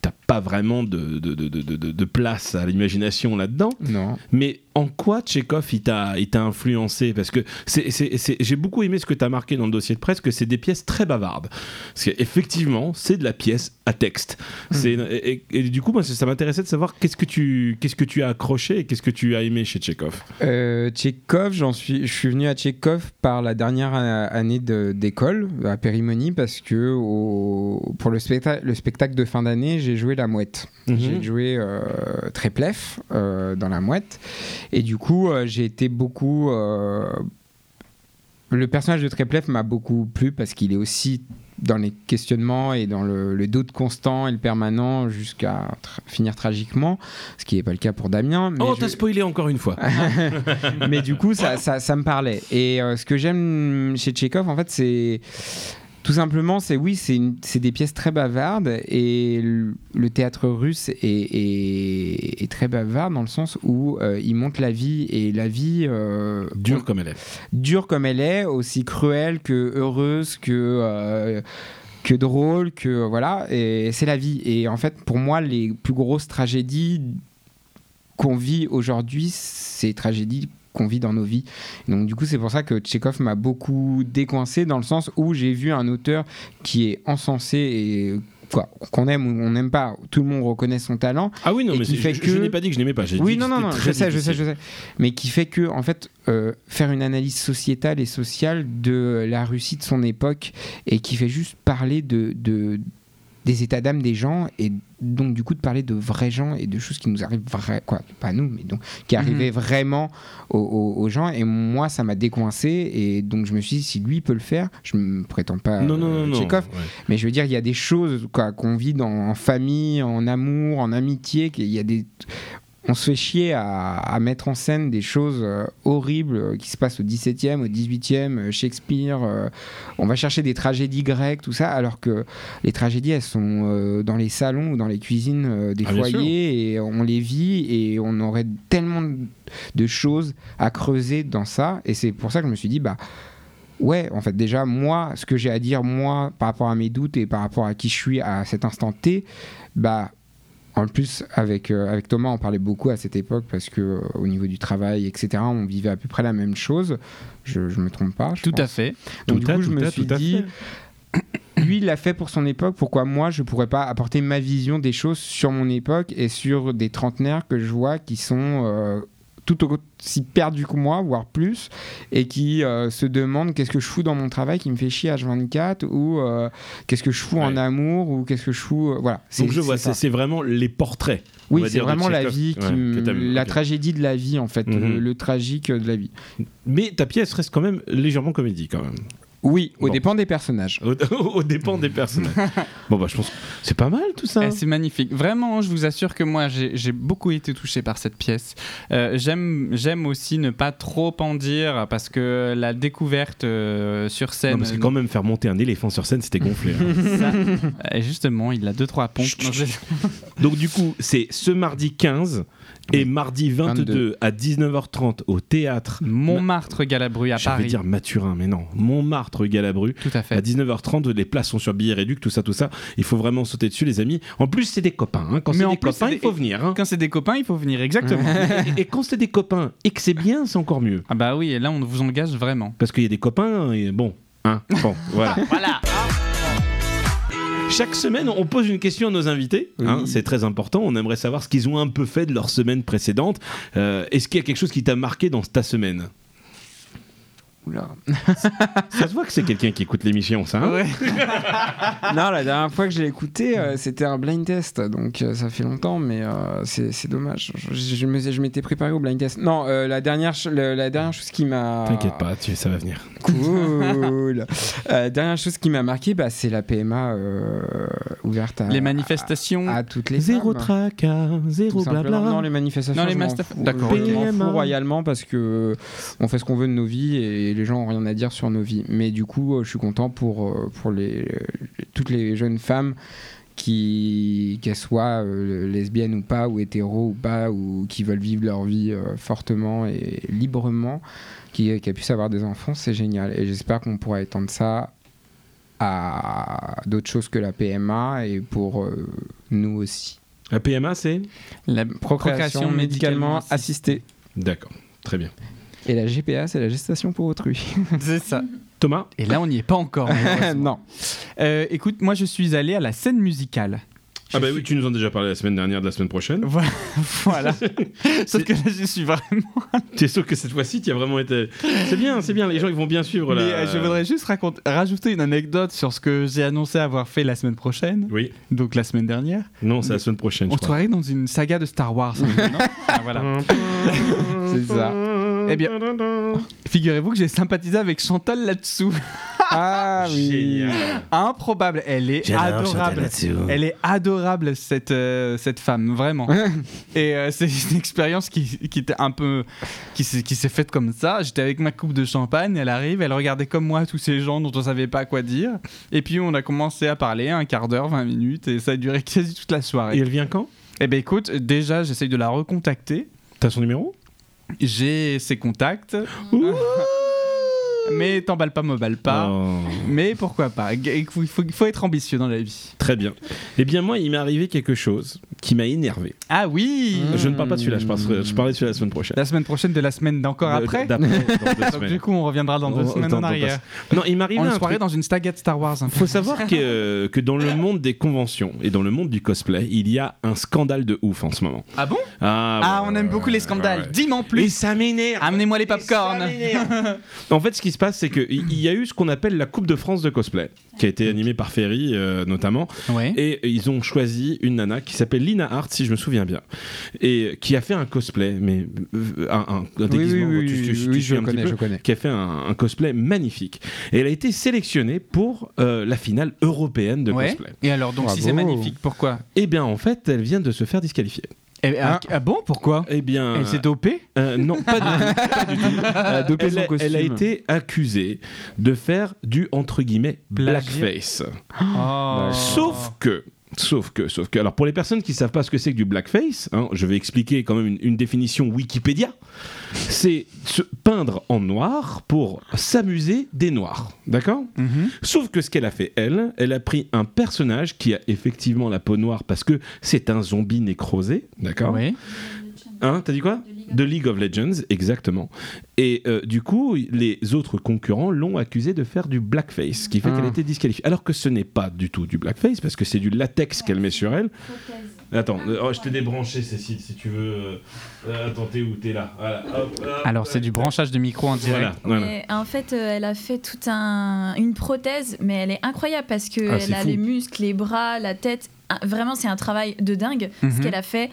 Speaker 2: t'as pas vraiment de, de, de- de- de- de place à l'imagination là-dedans.
Speaker 3: Non.
Speaker 2: Mais en quoi Tchekhov il t'a il t'a influencé Parce que c'est- c'est- c'est- j'ai beaucoup aimé ce que t'as marqué dans le dossier de presse, que c'est des pièces très bavardes. Parce qu'effectivement, c'est de la pièce à texte.
Speaker 3: Hmm.
Speaker 2: C'est- Et, et- et du coup, moi, ça ça m'intéressait de savoir qu'est-ce que tu qu'est-ce que tu as accroché et qu'est-ce que tu as aimé chez Tchekhov.
Speaker 3: Euh, Tchekhov, j'en suis, je suis venu à Tchekhov par la dernière euh, année de- d'école à Périmonie parce que au- pour le, specta- le spectacle de fin d'année, j'ai joué la mouette.
Speaker 2: Mhm.
Speaker 3: J'ai joué euh, Tréplef euh, dans la mouette. Et du coup, euh, j'ai été beaucoup. euh, Le personnage de Tréplef m'a beaucoup plu parce qu'il est aussi dans les questionnements et dans le, le doute constant et le permanent jusqu'à tra- finir tragiquement, ce qui n'est pas le cas pour Damien. Mais,
Speaker 2: Oh,
Speaker 3: je-
Speaker 2: t'as spoilé encore une fois.
Speaker 3: mais du coup, ça, ça, ça me parlait. Et euh, ce que j'aime chez Tchekhov, en fait, c'est. Tout simplement, c'est oui, c'est une- c'est des pièces très bavardes et le le théâtre russe est, est- est très bavard dans le sens où euh, il montre la vie et la vie euh,
Speaker 2: Dur comme elle est.
Speaker 3: dure comme elle est, aussi cruelle que heureuse que euh, que drôle que euh, voilà et c'est la vie et en fait pour moi les plus grosses tragédies qu'on vit aujourd'hui c'est les tragédies qu'on vit dans nos vies. Donc du coup c'est pour ça que Tchekhov m'a beaucoup décoincé dans le sens où j'ai vu un auteur qui est encensé et quoi qu'on aime ou on n'aime pas, tout le monde reconnaît son talent
Speaker 2: Ah oui, non,
Speaker 3: Et
Speaker 2: mais
Speaker 3: qui
Speaker 2: c'est-
Speaker 3: fait
Speaker 2: je,
Speaker 3: que-
Speaker 2: je n'ai pas dit que je n'aimais pas. J'ai
Speaker 3: oui,
Speaker 2: dit
Speaker 3: non,
Speaker 2: que
Speaker 3: non, non,
Speaker 2: c'était
Speaker 3: je
Speaker 2: très
Speaker 3: sais, je sais,
Speaker 2: difficile.
Speaker 3: je sais. Mais qui fait que, en fait, euh, faire une analyse sociétale et sociale de la Russie de son époque et qui fait juste parler de, de- des états d'âme des gens et donc, du coup, de parler de vrais gens et de choses qui nous arrivent vrai, quoi, pas à nous, mais donc, qui arrivaient vraiment aux, aux- aux gens. Et moi, ça m'a décoincé et donc, je me suis dit, si lui peut le faire, je ne prétends pas
Speaker 2: Non, non,
Speaker 3: euh,
Speaker 2: non, non.
Speaker 3: Tchekhov,
Speaker 2: ouais.
Speaker 3: mais je veux dire, il y a des choses quoi, qu'on vit dans, en famille, en amour, en amitié. qu'il y a des... On se fait chier à, à mettre en scène des choses euh, horribles euh, qui se passent au 17e, au 18e, euh, Shakespeare. euh, on va chercher des tragédies grecques, tout ça, alors que les tragédies, elles sont euh, dans les salons ou dans les cuisines euh, des
Speaker 2: Ah, bien
Speaker 3: foyers et on les vit et on aurait tellement de choses à creuser dans ça. Et c'est pour ça que je me suis dit, bah, Ouais, en fait, déjà, moi, ce que j'ai à dire, moi, par rapport à mes doutes et par rapport à qui je suis à cet instant T, bah, en plus, avec, euh, avec Thomas, on parlait beaucoup à cette époque parce que, euh, au niveau du travail, etc., on vivait à peu près la même chose. Je, je me trompe pas. je
Speaker 1: Tout à
Speaker 3: pense.
Speaker 1: fait.
Speaker 3: Donc,
Speaker 2: Tout
Speaker 3: du
Speaker 2: à-
Speaker 3: coup, je
Speaker 2: tout
Speaker 3: me
Speaker 2: à-
Speaker 3: suis
Speaker 2: tout à
Speaker 3: dit,
Speaker 2: fait.
Speaker 3: lui, il l'a fait pour son époque, pourquoi moi, je pourrais pas apporter ma vision des choses sur mon époque et sur des trentenaires que je vois qui sont euh, tout aussi perdus que moi, voire plus, et qui euh, se demandent qu'est-ce que je fous dans mon travail qui me fait chier H24 ou euh, qu'est-ce que je fous en
Speaker 2: Ouais.
Speaker 3: amour ou qu'est-ce que je fous. euh, voilà.
Speaker 2: Donc je vois,
Speaker 3: ça.
Speaker 2: c'est c'est vraiment les portraits. on
Speaker 3: Oui,
Speaker 2: va
Speaker 3: c'est
Speaker 2: dire, de
Speaker 3: vraiment la
Speaker 2: Tchekhov.
Speaker 3: vie, qui
Speaker 2: Ouais,
Speaker 3: me-
Speaker 2: que t'aimes,
Speaker 3: la
Speaker 2: ok.
Speaker 3: tragédie de la vie, en fait,
Speaker 2: Mhm.
Speaker 3: le, le tragique de la vie.
Speaker 2: Mais ta pièce reste quand même légèrement comédie, quand même.
Speaker 3: Oui, au
Speaker 2: Bon.
Speaker 3: dépend des personnages.
Speaker 2: Au, au dépend des personnages. bon, bah, je pense que c'est pas mal tout ça.
Speaker 1: Eh, c'est magnifique. Vraiment, je vous assure que moi, j'ai j'ai beaucoup été touché par cette pièce. Euh, J'aime j'aime aussi ne pas trop en dire parce que la découverte euh, sur
Speaker 2: Non,
Speaker 1: scène.
Speaker 2: parce que quand même faire monter un éléphant sur scène, c'était gonflé. hein.
Speaker 1: Ça, euh, justement, il a deux trois pompes.
Speaker 2: Donc du coup, c'est ce mardi 15 Et mardi 22,
Speaker 3: 22.
Speaker 2: à 19h30 au théâtre.
Speaker 1: Montmartre Galabru à
Speaker 2: J'allais
Speaker 1: Paris.
Speaker 2: dire Mathurin, mais non. Montmartre Galabru.
Speaker 1: Tout à fait.
Speaker 2: À 19h30, les places sont sur billets réduits, tout ça, tout ça. Il faut vraiment sauter dessus, les amis. En plus, c'est des copains. hein. Quand
Speaker 1: Mais
Speaker 2: c'est
Speaker 1: en
Speaker 2: des
Speaker 1: plus,
Speaker 2: copains,
Speaker 1: c'est
Speaker 2: il
Speaker 1: des-
Speaker 2: faut venir. hein.
Speaker 1: Quand c'est des copains, il faut venir exactement.
Speaker 2: et, et quand c'est des copains et que c'est bien, c'est encore mieux.
Speaker 1: ah bah oui, et là on vous engage vraiment.
Speaker 2: Parce qu'il y a des copains et bon. Hein, bon, voilà.
Speaker 1: Voilà.
Speaker 2: Chaque semaine, on pose une question à nos invités. hein,
Speaker 3: Oui.
Speaker 2: c'est très important. On aimerait savoir ce qu'ils ont un peu fait de leur semaine précédente. Euh, Est-ce qu'il y a quelque chose qui t'a marqué dans ta semaine
Speaker 3: Oula.
Speaker 2: Ça se voit que c'est quelqu'un qui écoute l'émission, ça. hein
Speaker 1: Ah Ouais.
Speaker 3: non, la dernière fois que je l'ai écouté, euh, c'était un blind test, donc euh, ça fait longtemps, mais euh, c'est c'est dommage. Je, je me- je m'étais préparé au blind test. Non, euh, la, dernière, ch- le- la dernière chose qui m'a.
Speaker 2: T'inquiète pas, tu, ça va venir.
Speaker 3: Cool. Euh, dernière chose qui m'a marqué, bah, c'est la PMA euh, ouverte à,
Speaker 1: Les manifestations.
Speaker 3: à toutes les femmes.
Speaker 2: tracas,
Speaker 3: Tout
Speaker 2: zéro
Speaker 3: simplement. Non, les manifestations.
Speaker 1: Non, les
Speaker 3: je m'en
Speaker 1: manifesta-
Speaker 3: fous.
Speaker 1: D'accord,
Speaker 3: Je
Speaker 2: ok.
Speaker 3: m'en fous
Speaker 2: PMA.
Speaker 3: royalement parce que euh, on fait ce qu'on veut de nos vies et les gens ont rien à dire sur nos vies. Mais du coup, euh, je suis content pour, euh, pour les, euh, toutes les jeunes femmes qui qu'elles soient euh, lesbiennes ou pas ou hétéro ou pas ou qui veulent vivre leur vie euh, fortement et librement qui, qui a puissent avoir des enfants c'est génial et j'espère qu'on pourra étendre ça à d'autres choses que la PMA et pour euh, nous aussi
Speaker 2: La PMA, c'est
Speaker 1: La
Speaker 3: procréation médicalement assistée.
Speaker 2: D'accord, très bien.
Speaker 3: Et la GPA, c'est la gestation pour autrui.
Speaker 1: ah, C'est ça.
Speaker 2: Thomas
Speaker 1: Et là on n'y est pas encore. malheureusement.
Speaker 3: Ah, non.
Speaker 1: Euh, écoute, moi je suis allé à la scène musicale.
Speaker 2: Ah bah oui, tu nous en as déjà parlé la semaine dernière, de la semaine prochaine.
Speaker 1: Voilà. voilà. Sauf que là je suis vraiment.
Speaker 2: T'es sûr que cette fois-ci, tu as vraiment été... C'est bien, c'est bien, les gens ils vont bien suivre la...
Speaker 1: Mais, euh, je voudrais juste raconte- rajouter une anecdote sur ce que j'ai annoncé avoir fait la semaine prochaine,
Speaker 2: Oui,
Speaker 1: donc la semaine dernière.
Speaker 2: non, c'est la semaine prochaine, je
Speaker 1: On se
Speaker 2: crois.
Speaker 1: croirait dans une saga de Star Wars. hein, non Ah, voilà.
Speaker 3: C'est ça.
Speaker 1: Eh bien. Figurez-vous que j'ai sympathisé avec Chantal là-dessous.
Speaker 3: Ah oui.
Speaker 2: Génial.
Speaker 1: Improbable, elle est adorable. Elle est adorable cette, euh, cette femme, vraiment. Et euh, c'est une expérience qui, qui était un peu qui s'est qui s'est faite comme ça. J'étais avec ma coupe de champagne, elle arrive, elle regardait comme moi tous ces gens dont on savait pas quoi dire. Et puis on a commencé à parler un quart d'heure, 20 minutes, et ça a duré quasi toute la
Speaker 2: Et
Speaker 1: soirée.
Speaker 2: elle vient quand
Speaker 1: Eh ben écoute, déjà j'essaye de la recontacter.
Speaker 2: T'as son numéro
Speaker 1: J'ai ses contacts,
Speaker 2: Ouh.
Speaker 1: mais t'emballe pas, m'emballe pas.
Speaker 2: Ah. Oh.
Speaker 1: Mais pourquoi pas Il faut, faut- faut être ambitieux dans la vie.
Speaker 2: Très bien. Eh bien moi, il m'est arrivé quelque chose qui m'a énervé.
Speaker 1: Ah oui
Speaker 3: Mmh.
Speaker 2: Je ne parle pas de celui-là, je, parle- je parlais de celui-là la semaine prochaine.
Speaker 1: La semaine prochaine de la semaine d'encore après
Speaker 2: D'après, dans deux
Speaker 1: Donc
Speaker 2: semaines.
Speaker 1: du coup, on reviendra dans deux
Speaker 2: Dans-
Speaker 1: semaines
Speaker 2: Oh, dans-
Speaker 1: en
Speaker 2: dans-
Speaker 1: arrière.
Speaker 2: Non, il m'arrive
Speaker 1: On est
Speaker 2: un
Speaker 1: soirée
Speaker 2: truc.
Speaker 1: dans une stagette Star Wars. hein.
Speaker 2: Faut savoir que, euh, que dans le monde des conventions et dans le monde du cosplay, il y a un scandale de ouf en ce moment.
Speaker 1: Ah bon
Speaker 2: Ah,
Speaker 1: Ah,
Speaker 2: ouais,
Speaker 1: on aime
Speaker 2: ouais,
Speaker 1: beaucoup les scandales.
Speaker 2: ouais.
Speaker 1: Dis-moi en
Speaker 2: Et
Speaker 1: plus.
Speaker 2: ça m'énerve.
Speaker 1: Amenez-moi les popcorn.
Speaker 2: en fait, ce qui se passe, c'est qu'il y a eu ce qu'on appelle la Coupe de France de cosplay, qui a été animée par Ferry euh, notamment,
Speaker 1: Ouais.
Speaker 2: et ils ont choisi une nana qui s'appelle Lina Hart, si je me souviens bien, et qui a fait un cosplay, mais euh, un, un- un
Speaker 3: Oui, oui,
Speaker 2: déguisement.
Speaker 3: oui,
Speaker 2: tu- tu-
Speaker 3: oui,
Speaker 2: tu-
Speaker 3: oui,
Speaker 2: tu
Speaker 3: je
Speaker 2: suis un petit
Speaker 3: connais,
Speaker 2: peu
Speaker 3: je connais.
Speaker 2: qui a fait un, un cosplay magnifique. Et elle a été sélectionnée pour euh, la finale européenne de
Speaker 1: Ouais.
Speaker 2: cosplay.
Speaker 1: Et alors, donc, si
Speaker 3: Bravo.
Speaker 1: c'est magnifique, pourquoi
Speaker 2: Eh bien, en fait, elle vient de se faire disqualifier.
Speaker 1: Eh, ah,
Speaker 3: Ah.
Speaker 1: ah bon, pourquoi
Speaker 2: Eh bien,
Speaker 1: Elle s'est dopée
Speaker 2: euh, non, pas du tout.
Speaker 3: Elle a dopé
Speaker 2: Elle
Speaker 3: son
Speaker 2: a,
Speaker 3: costume.
Speaker 2: elle a été accusée de faire du entre guillemets
Speaker 1: Plagiat.
Speaker 2: blackface.
Speaker 1: Oh.
Speaker 2: Sauf que. Sauf que, sauf que. Alors, pour les personnes qui ne savent pas ce que c'est que du blackface, hein, je vais expliquer quand même une, une définition Wikipédia. C'est se peindre en noir pour s'amuser des noirs. D'accord
Speaker 1: Mhm.
Speaker 2: Sauf que ce qu'elle a fait, elle, elle a pris un personnage qui a effectivement la peau noire parce que c'est un zombie nécrosé, d'accord
Speaker 1: Ouais.
Speaker 2: Hein, t'as dit quoi De League of Legends, exactement. Et euh, du coup, les autres concurrents l'ont accusé de faire du blackface, ce qui fait
Speaker 3: Ah.
Speaker 2: qu'elle a été disqualifiée. Alors que ce n'est pas du tout du blackface parce que c'est du latex qu'elle met sur elle. Attends, euh, oh, je t'ai débranché, Cécile, si tu veux. euh, euh, attends, t'es où T'es là. Voilà, hop, hop,
Speaker 1: Alors, c'est du branchage de micro en direct.
Speaker 2: Voilà, voilà.
Speaker 4: Mais en fait, euh, elle a fait toute un, une prothèse, mais elle est incroyable parce que
Speaker 2: Ah, c'est
Speaker 4: elle a
Speaker 2: fou.
Speaker 4: les muscles, les bras, la tête. Ah, Vraiment, c'est un travail de dingue ce
Speaker 1: Mhm.
Speaker 4: qu'elle a fait.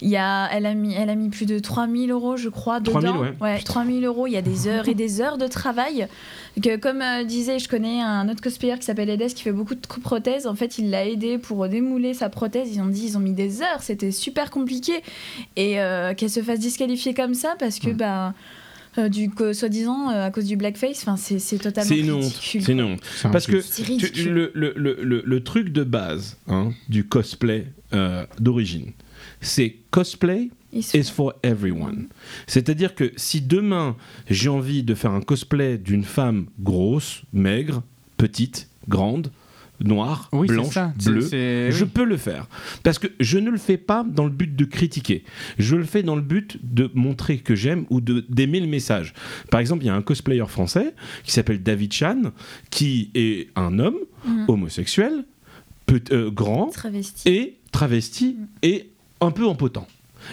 Speaker 4: Il y a, elle, a mis, elle a mis plus de 3000 euros, je crois,
Speaker 2: 3 000,
Speaker 4: dedans.
Speaker 2: ouais.
Speaker 4: 3000 euros. Il y a des heures et des heures de travail. Que, comme euh, disait, je connais un autre cosplayer qui s'appelle Edes qui fait beaucoup de cou- prothèses. En fait, il l'a aidé pour démouler sa prothèse. Ils ont dit, ils ont mis des heures. C'était super compliqué. Et euh, qu'elle se fasse disqualifier comme ça parce que, ben. euh, du co- soi-disant euh, à cause du blackface, enfin c'est c'est totalement
Speaker 2: C'est une honte.
Speaker 4: ridicule.
Speaker 2: C'est une honte.
Speaker 3: C'est un
Speaker 2: Parce que
Speaker 3: truc.
Speaker 4: C'est
Speaker 2: Tu-
Speaker 4: ridicule.
Speaker 2: le, le- le- le- le truc de base hein, du cosplay euh, d'origine, c'est cosplay
Speaker 4: Ils se-
Speaker 2: is for everyone. C'est-à-dire que si demain j'ai envie de faire un cosplay d'une femme grosse, maigre, petite, grande, noire,
Speaker 1: Oui, c'est
Speaker 2: blanche,
Speaker 1: ça. C'est-
Speaker 2: bleue,
Speaker 1: c'est-
Speaker 2: je
Speaker 1: Eh oui.
Speaker 2: peux le faire. Parce que je ne le fais pas dans le but de critiquer. Je le fais dans le but de montrer que j'aime ou de- d'aimer le message. Par exemple, il y a un cosplayer français qui s'appelle David Chan, qui est un homme
Speaker 4: Mhm.
Speaker 2: homosexuel, peut- euh, grand,
Speaker 4: Travesti.
Speaker 2: et travesti et un peu impotent.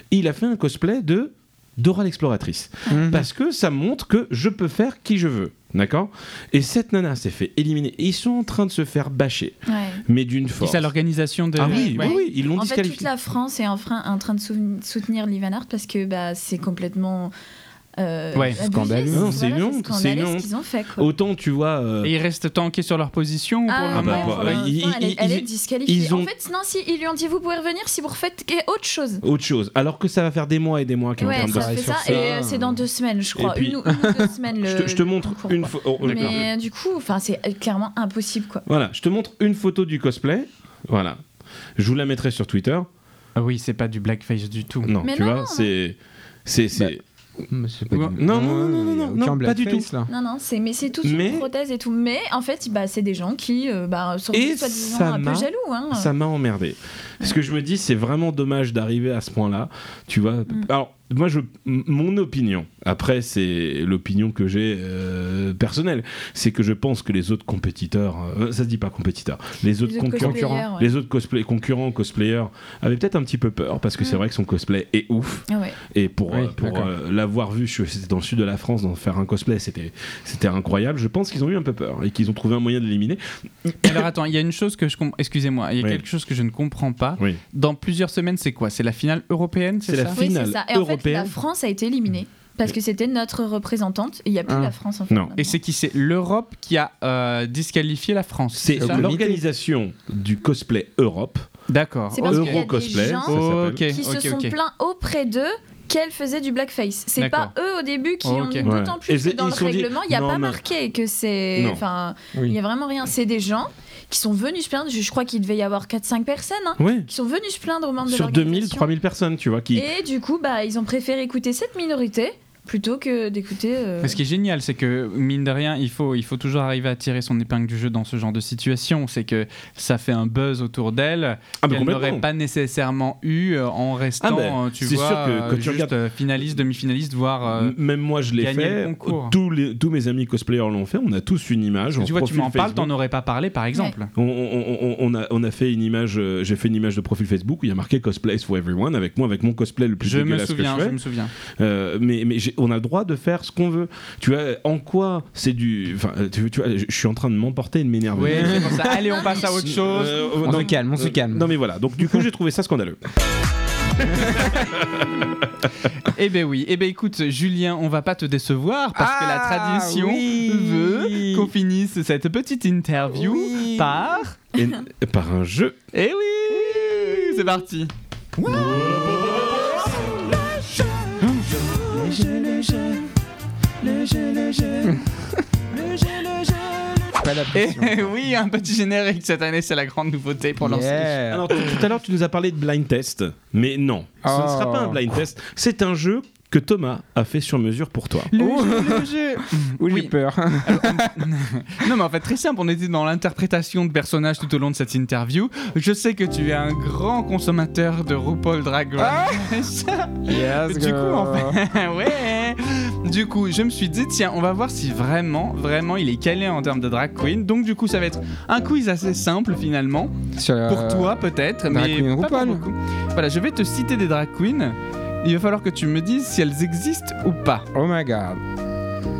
Speaker 2: Il a fait un cosplay de Dora l'exploratrice
Speaker 1: Mm. Mhm.
Speaker 2: parce que ça montre que je peux faire qui je veux. D'accord Et cette nana s'est fait éliminer. Et ils sont en train de se faire bâcher,
Speaker 4: Ouais.
Speaker 2: mais d'une
Speaker 1: Qui
Speaker 2: force.
Speaker 1: c'est à l'organisation de.
Speaker 2: Ah oui,
Speaker 1: Ouais.
Speaker 2: oui, oui, ils l'ont
Speaker 4: En fait, toute
Speaker 2: disqualifié.
Speaker 4: la France est en, frein- en train de souven- soutenir Livanart parce que bah, c'est complètement. Euh,
Speaker 1: Ouais.
Speaker 4: abusé,
Speaker 3: Scandaleux.
Speaker 2: Non, c'est une
Speaker 4: voilà,
Speaker 2: honte, c'est
Speaker 4: scandaleux
Speaker 2: une
Speaker 4: ce qu'ils ont fait, quoi.
Speaker 2: Autant tu vois. euh,
Speaker 1: Et ils restent tanqués sur leur position ou
Speaker 4: Ah,
Speaker 1: pour le
Speaker 2: bah,
Speaker 1: moment.
Speaker 4: ouais,
Speaker 2: bah,
Speaker 4: pour
Speaker 2: bah,
Speaker 4: l'instant,
Speaker 2: ils-
Speaker 4: elle est,
Speaker 2: ils-
Speaker 4: elle est
Speaker 2: ils-
Speaker 4: disqualifiée.
Speaker 2: ils ont-
Speaker 4: En fait, non, si, ils lui ont dit vous pouvez revenir si vous refaites autre chose.
Speaker 2: Autre chose. Alors que ça va faire des mois et des mois qu'ils est en
Speaker 4: Ouais,
Speaker 2: train de
Speaker 4: ça
Speaker 2: bosser.
Speaker 4: fait
Speaker 3: sur
Speaker 4: ça,
Speaker 3: ça.
Speaker 4: et euh, c'est dans deux semaines, je crois.
Speaker 2: Et puis-
Speaker 4: une, ou, une ou deux semaines.
Speaker 2: Je
Speaker 4: Le,
Speaker 2: te, je te
Speaker 4: le
Speaker 2: montre
Speaker 4: concours,
Speaker 2: une
Speaker 4: quoi.
Speaker 2: fois. oh, d'accord.
Speaker 4: Mais euh, du coup, enfin, c'est euh, clairement impossible, quoi.
Speaker 2: Voilà, je te montre une photo du cosplay. Voilà. Je vous la mettrai sur Twitter.
Speaker 1: Ah oui, c'est pas du blackface du tout.
Speaker 2: Non,
Speaker 4: Mais
Speaker 2: tu
Speaker 4: non.
Speaker 2: vois, c'est. c'est-
Speaker 1: Bah,
Speaker 2: c'est-
Speaker 1: Ouais.
Speaker 2: Non, non, non, non, non, non, pas du
Speaker 3: tout. Là.
Speaker 4: Non, non, c'est mais c'est toute
Speaker 2: Mais-
Speaker 4: une prothèse et tout. Mais en fait, bah, c'est des gens qui euh, bah, sont
Speaker 2: Et
Speaker 4: soi-disant
Speaker 2: ça
Speaker 4: un
Speaker 2: m'a-
Speaker 4: peu jaloux. Hein.
Speaker 2: Ça m'a emmerdé. Parce que je me dis, c'est vraiment dommage d'arriver à ce point-là. Tu vois.
Speaker 4: Mm.
Speaker 2: Alors, moi, je, m- mon opinion, après, c'est l'opinion que j'ai euh, personnelle, c'est que je pense que les autres compétiteurs, euh, ça se dit pas compétiteurs, les autres,
Speaker 4: autres
Speaker 2: concurrents,
Speaker 4: cosplayers, ouais.
Speaker 2: les autres cosplay, concurrents, cosplayers, avaient peut-être un petit peu peur, parce que c'est
Speaker 4: Mm.
Speaker 2: vrai que son cosplay est ouf.
Speaker 4: Ah ouais.
Speaker 2: Et pour,
Speaker 3: Oui,
Speaker 2: euh, pour
Speaker 3: d'accord.
Speaker 2: euh, l'avoir vu, je- c'était dans le sud de la France, d'en faire un cosplay, c'était c'était incroyable. Je pense qu'ils ont eu un peu peur et qu'ils ont trouvé un moyen de l'éliminer.
Speaker 1: Mais Alors attends, il y a une chose que je comprends. Excusez-moi, il y a
Speaker 2: Oui.
Speaker 1: quelque chose que je ne comprends pas.
Speaker 2: Oui.
Speaker 1: Dans plusieurs semaines, c'est quoi C'est la finale européenne, c'est
Speaker 2: C'est
Speaker 1: ça
Speaker 2: la
Speaker 4: Oui,
Speaker 2: Finale
Speaker 4: c'est ça. Et en fait, la
Speaker 2: européenne.
Speaker 4: France a été éliminée parce que c'était notre représentante. et Il n'y a plus
Speaker 3: Ah.
Speaker 4: la France en fait.
Speaker 2: Non.
Speaker 4: maintenant.
Speaker 1: Et c'est qui C'est l'Europe qui a euh, disqualifié la France.
Speaker 2: C'est
Speaker 1: ça
Speaker 2: l'organisation du cosplay Europe,
Speaker 1: D'accord.
Speaker 4: C'est parce
Speaker 1: ok.
Speaker 4: qu'il y a
Speaker 2: Euro
Speaker 4: des
Speaker 2: Cosplay,
Speaker 4: gens
Speaker 2: ça s'appelle.
Speaker 1: ok,
Speaker 4: qui
Speaker 1: ok,
Speaker 4: se sont
Speaker 1: ok.
Speaker 4: plaints auprès d'eux qu'elle faisait du blackface. C'est
Speaker 1: D'accord.
Speaker 4: pas eux au début qui
Speaker 1: Oh,
Speaker 4: ont
Speaker 1: ok.
Speaker 4: dit
Speaker 2: Ouais.
Speaker 4: d'autant
Speaker 2: Et
Speaker 4: plus
Speaker 2: c'est-
Speaker 4: que dans
Speaker 2: ils
Speaker 4: le
Speaker 2: se sont dit,
Speaker 4: règlement, il n'y a
Speaker 2: non,
Speaker 4: pas
Speaker 2: mais-
Speaker 4: marqué que c'est.
Speaker 2: Non.
Speaker 4: Enfin, il n'y
Speaker 3: Oui.
Speaker 4: a vraiment rien. C'est des gens qui sont venus se plaindre. Je je crois qu'il devait y avoir 4-5 personnes hein,
Speaker 2: ouais.
Speaker 4: qui sont venus se plaindre aux membres de
Speaker 2: sur 2000,
Speaker 4: l'organisation.
Speaker 2: 3000 personnes, tu vois, qui...
Speaker 4: Et du coup, bah, ils ont préféré écouter cette minorité plutôt que d'écouter. euh,
Speaker 1: Mais ce qui est génial, c'est que mine de rien, il faut, il faut toujours arriver à tirer son épingle du jeu dans ce genre de situation. C'est que ça fait un buzz autour d'elle
Speaker 2: Ah, mais
Speaker 1: qu'elle
Speaker 2: complètement.
Speaker 1: n'aurait pas nécessairement eu euh, en restant,
Speaker 2: ben,
Speaker 1: euh, tu
Speaker 2: c'est
Speaker 1: vois,
Speaker 2: sûr que
Speaker 1: euh,
Speaker 2: quand tu
Speaker 1: juste
Speaker 2: regardes- Mm.
Speaker 1: euh, finaliste, demi-finaliste, voire. euh,
Speaker 2: M- Même moi, je l'ai
Speaker 1: gagner
Speaker 2: fait.
Speaker 1: le concours.
Speaker 2: tous, les, tous mes amis cosplayers l'ont fait. On a tous une image. en
Speaker 1: tu vois, tu
Speaker 2: profil
Speaker 1: m'en parles,
Speaker 2: Facebook.
Speaker 1: t'en aurais pas parlé, par exemple.
Speaker 2: On, on- on- on a, on a fait une image, euh, j'ai fait une image de profil Facebook où il y a marqué cosplay is for everyone avec moi, avec mon cosplay le plus
Speaker 1: Je me
Speaker 2: dégueulasse
Speaker 1: souviens,
Speaker 2: que je
Speaker 1: je
Speaker 2: fais.
Speaker 1: me souviens.
Speaker 2: Euh, mais mais j'ai- on a le droit de faire ce qu'on veut. Tu vois, en quoi c'est du. Enfin, tu, tu vois, je je suis en train de m'emporter et de m'énerver.
Speaker 1: Oui, c'est pour ça. Allez, on passe à autre chose.
Speaker 2: Ah Euh,
Speaker 3: On
Speaker 2: non,
Speaker 3: se calme, on se
Speaker 2: euh,
Speaker 3: calme.
Speaker 2: Non mais voilà, donc du coup j'ai trouvé ça scandaleux.
Speaker 1: Eh ben oui, eh ben écoute Julien, on va pas te décevoir parce que la
Speaker 3: Ah,
Speaker 1: tradition
Speaker 3: oui.
Speaker 1: veut qu'on finisse cette petite interview
Speaker 3: Oui.
Speaker 1: par...
Speaker 2: Et- par un jeu.
Speaker 1: Eh oui C'est parti
Speaker 3: Pas
Speaker 1: Eh
Speaker 3: la pression.
Speaker 1: oui, un petit générique cette année, c'est la grande nouveauté pour lancer.
Speaker 3: Yeah.
Speaker 2: Alors tout tout à l'heure tu nous as parlé de blind test, mais non, ce ne
Speaker 3: Oh.
Speaker 2: sera pas un blind test, c'est un jeu que Thomas a fait sur mesure pour toi.
Speaker 1: Le
Speaker 3: Oh.
Speaker 1: jeu, le jeu.
Speaker 3: Où j'ai
Speaker 1: Oui.
Speaker 3: peur.
Speaker 1: Non mais en fait très simple, on était dans l'interprétation de personnages tout au long de cette interview. Je sais que tu es un grand consommateur de RuPaul Drag Race.
Speaker 3: Yes,
Speaker 1: Du coup, en
Speaker 3: girl.
Speaker 1: ouais. Du coup, je me suis dit, tiens, on va voir si vraiment, vraiment, il est calé en termes de drag queen. Donc, du coup, ça va être un quiz assez simple finalement.
Speaker 3: Sur-
Speaker 1: Pour toi, peut-être,
Speaker 3: Euh, drag
Speaker 1: mais
Speaker 3: queen
Speaker 1: pas pour
Speaker 3: RuPaul.
Speaker 1: beaucoup. Voilà, je vais te citer des drag queens. Il va falloir que tu me dises si elles existent ou pas.
Speaker 3: Oh my god.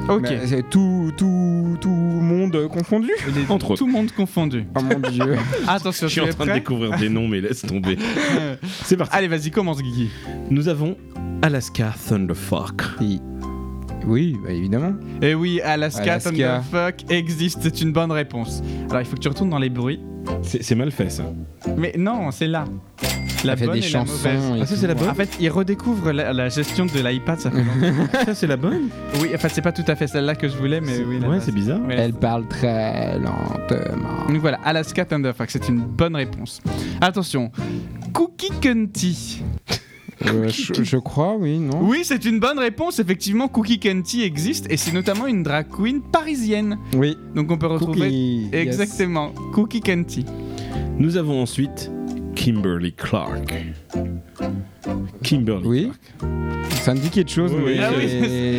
Speaker 1: Ok.
Speaker 3: Mais euh, C'est tout, tout, tout monde confondu.
Speaker 1: Les-
Speaker 2: Entre eux.
Speaker 1: tout le monde confondu.
Speaker 3: Oh mon dieu.
Speaker 1: Attention,
Speaker 2: Je suis
Speaker 1: tu
Speaker 2: en
Speaker 1: es
Speaker 2: train de
Speaker 1: prêt Euh,
Speaker 2: découvrir des noms mais laisse tomber. C'est parti.
Speaker 1: Allez, vas-y, commence, Guigui.
Speaker 2: Nous avons Alaska Thunderfuck.
Speaker 3: Et- Oui, bah, évidemment.
Speaker 1: Eh oui, Alaska,
Speaker 3: Alaska.
Speaker 1: Thunderfuck existe, c'est une bonne réponse. Alors, il faut que tu retournes dans les bruits.
Speaker 2: C'est c'est mal fait ça.
Speaker 1: Mais non, c'est là.
Speaker 3: Ça
Speaker 1: La
Speaker 3: fait
Speaker 1: bonne
Speaker 3: des
Speaker 1: et la mauvaise.
Speaker 3: chansons. et
Speaker 2: Ah, ça,
Speaker 3: tout.
Speaker 2: c'est la bonne
Speaker 1: En fait, il redécouvre la, la gestion de l'iPad. Ça fait longtemps.
Speaker 2: Ça c'est la bonne
Speaker 1: oui, enfin, c'est pas tout à fait celle-là que je voulais, mais oui. la
Speaker 2: Ouais,
Speaker 1: base.
Speaker 2: c'est bizarre.
Speaker 1: Ouais.
Speaker 3: Elle parle très lentement.
Speaker 1: Donc voilà, Alaska Thunderfuck, c'est une bonne réponse. Attention, Cookie Cunty.
Speaker 3: Euh, je, je crois, oui,
Speaker 2: Oh.
Speaker 3: non
Speaker 1: Oui, c'est une bonne réponse. Effectivement, Cookie Kenty existe et c'est notamment une drag queen parisienne.
Speaker 3: Oui.
Speaker 1: Donc on peut retrouver.
Speaker 3: Cookie, yes.
Speaker 1: Exactement, Cookie Kenty.
Speaker 2: Nous avons ensuite Kimberly Clark. Kimberly
Speaker 3: Oui.
Speaker 2: Clark.
Speaker 3: Ça me dit quelque chose.
Speaker 2: Oui,
Speaker 3: mais-
Speaker 2: oui. Ah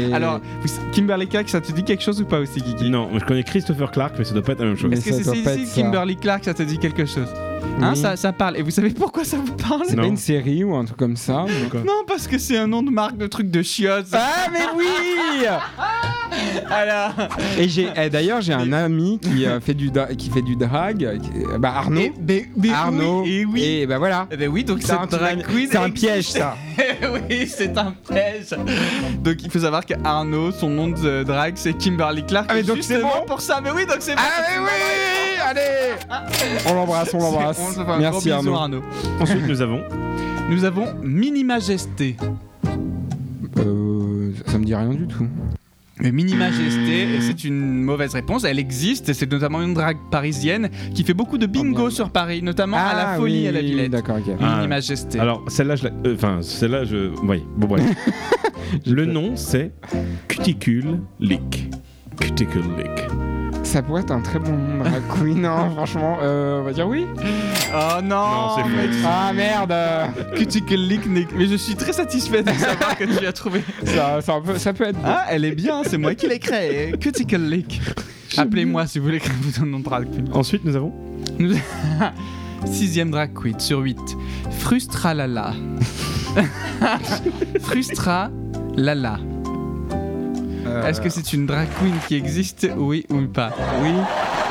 Speaker 1: oui. Alors, vous- Kimberly Clark, ça te dit quelque chose ou pas aussi, Kiki
Speaker 2: Non, je connais Christopher Clark, mais ça doit pas être la même chose.
Speaker 3: Mais
Speaker 1: Est-ce que
Speaker 3: ça
Speaker 1: c'est
Speaker 3: doit pas
Speaker 1: ici
Speaker 3: être ça.
Speaker 1: Kimberly Clark, ça te dit quelque chose Hein,
Speaker 3: Oui.
Speaker 1: ça, ça parle. Et vous savez pourquoi ça vous parle
Speaker 3: c'est
Speaker 2: Non.
Speaker 3: pas une série ou un truc comme ça. mais-
Speaker 1: Non, parce que c'est un nom de marque de truc de chiottes.
Speaker 3: Ah mais oui
Speaker 1: Alors,
Speaker 3: Et j'ai eh, d'ailleurs j'ai un ami qui euh, fait du da- qui fait du drag, qui- euh, bah Arnaud.
Speaker 1: et, mais- mais
Speaker 3: Arnaud.
Speaker 1: Eh ben, oui, et oui.
Speaker 3: Et bah voilà.
Speaker 1: Eh ben oui, donc
Speaker 3: C'est un,
Speaker 1: cette drag queen.
Speaker 3: c'est un
Speaker 1: existe.
Speaker 3: piège ça.
Speaker 1: oui, c'est un piège. Donc il faut savoir qu'Arnaud, son nom de euh, drague, c'est Kimberly Clark.
Speaker 3: Ah, mais
Speaker 1: Et
Speaker 3: donc c'est
Speaker 1: justement
Speaker 3: bon
Speaker 1: pour ça. Mais oui, donc c'est bon.
Speaker 3: Ah mais oui Allez On l'embrasse, on l'embrasse.
Speaker 1: On se fait un gros
Speaker 3: Merci
Speaker 1: bisou,
Speaker 3: Arnaud.
Speaker 1: Arnaud.
Speaker 2: Ensuite, nous avons
Speaker 1: Nous avons Mini Majesté.
Speaker 3: Euh, ça me dit rien du tout.
Speaker 1: Le Mini Majesté, et c'est une mauvaise réponse, elle existe, et c'est notamment une drague parisienne qui fait beaucoup de
Speaker 3: Oh,
Speaker 1: bingo
Speaker 3: merde.
Speaker 1: sur Paris, notamment à la
Speaker 3: Ah,
Speaker 1: folie
Speaker 3: oui,
Speaker 1: à la
Speaker 3: oui,
Speaker 1: Villette.
Speaker 3: D'accord, ok.
Speaker 2: Ah.
Speaker 1: Mini Majesté.
Speaker 2: Alors, celle-là, je la- euh, Enfin, celle-là, je. Oui, bon, bref. le nom, c'est Cuticule Lick. Cuticule Lick.
Speaker 3: Ça pourrait être un très bon nom de drag queen, hein, franchement. Euh, on va dire oui.
Speaker 1: oh
Speaker 2: Non,
Speaker 1: non,
Speaker 2: c'est
Speaker 1: mais
Speaker 2: faux.
Speaker 3: Ah merde
Speaker 1: Cuticle Lick Nick. Mais je suis très satisfait de savoir que tu l'as trouvé.
Speaker 3: ça, ça peut, ça peut être.
Speaker 1: Ah, elle est bien, c'est moi qui l'ai créée. Cuticle Lick. Appelez-moi si vous voulez que je vous donne mon drag queen.
Speaker 2: Ensuite, nous avons.
Speaker 1: Nous- Sixième drag queen sur 8. Frustra Lala. Frustra Lala.
Speaker 3: Euh,
Speaker 1: Est-ce que c'est une drag queen qui existe, oui ou pas
Speaker 3: Oui.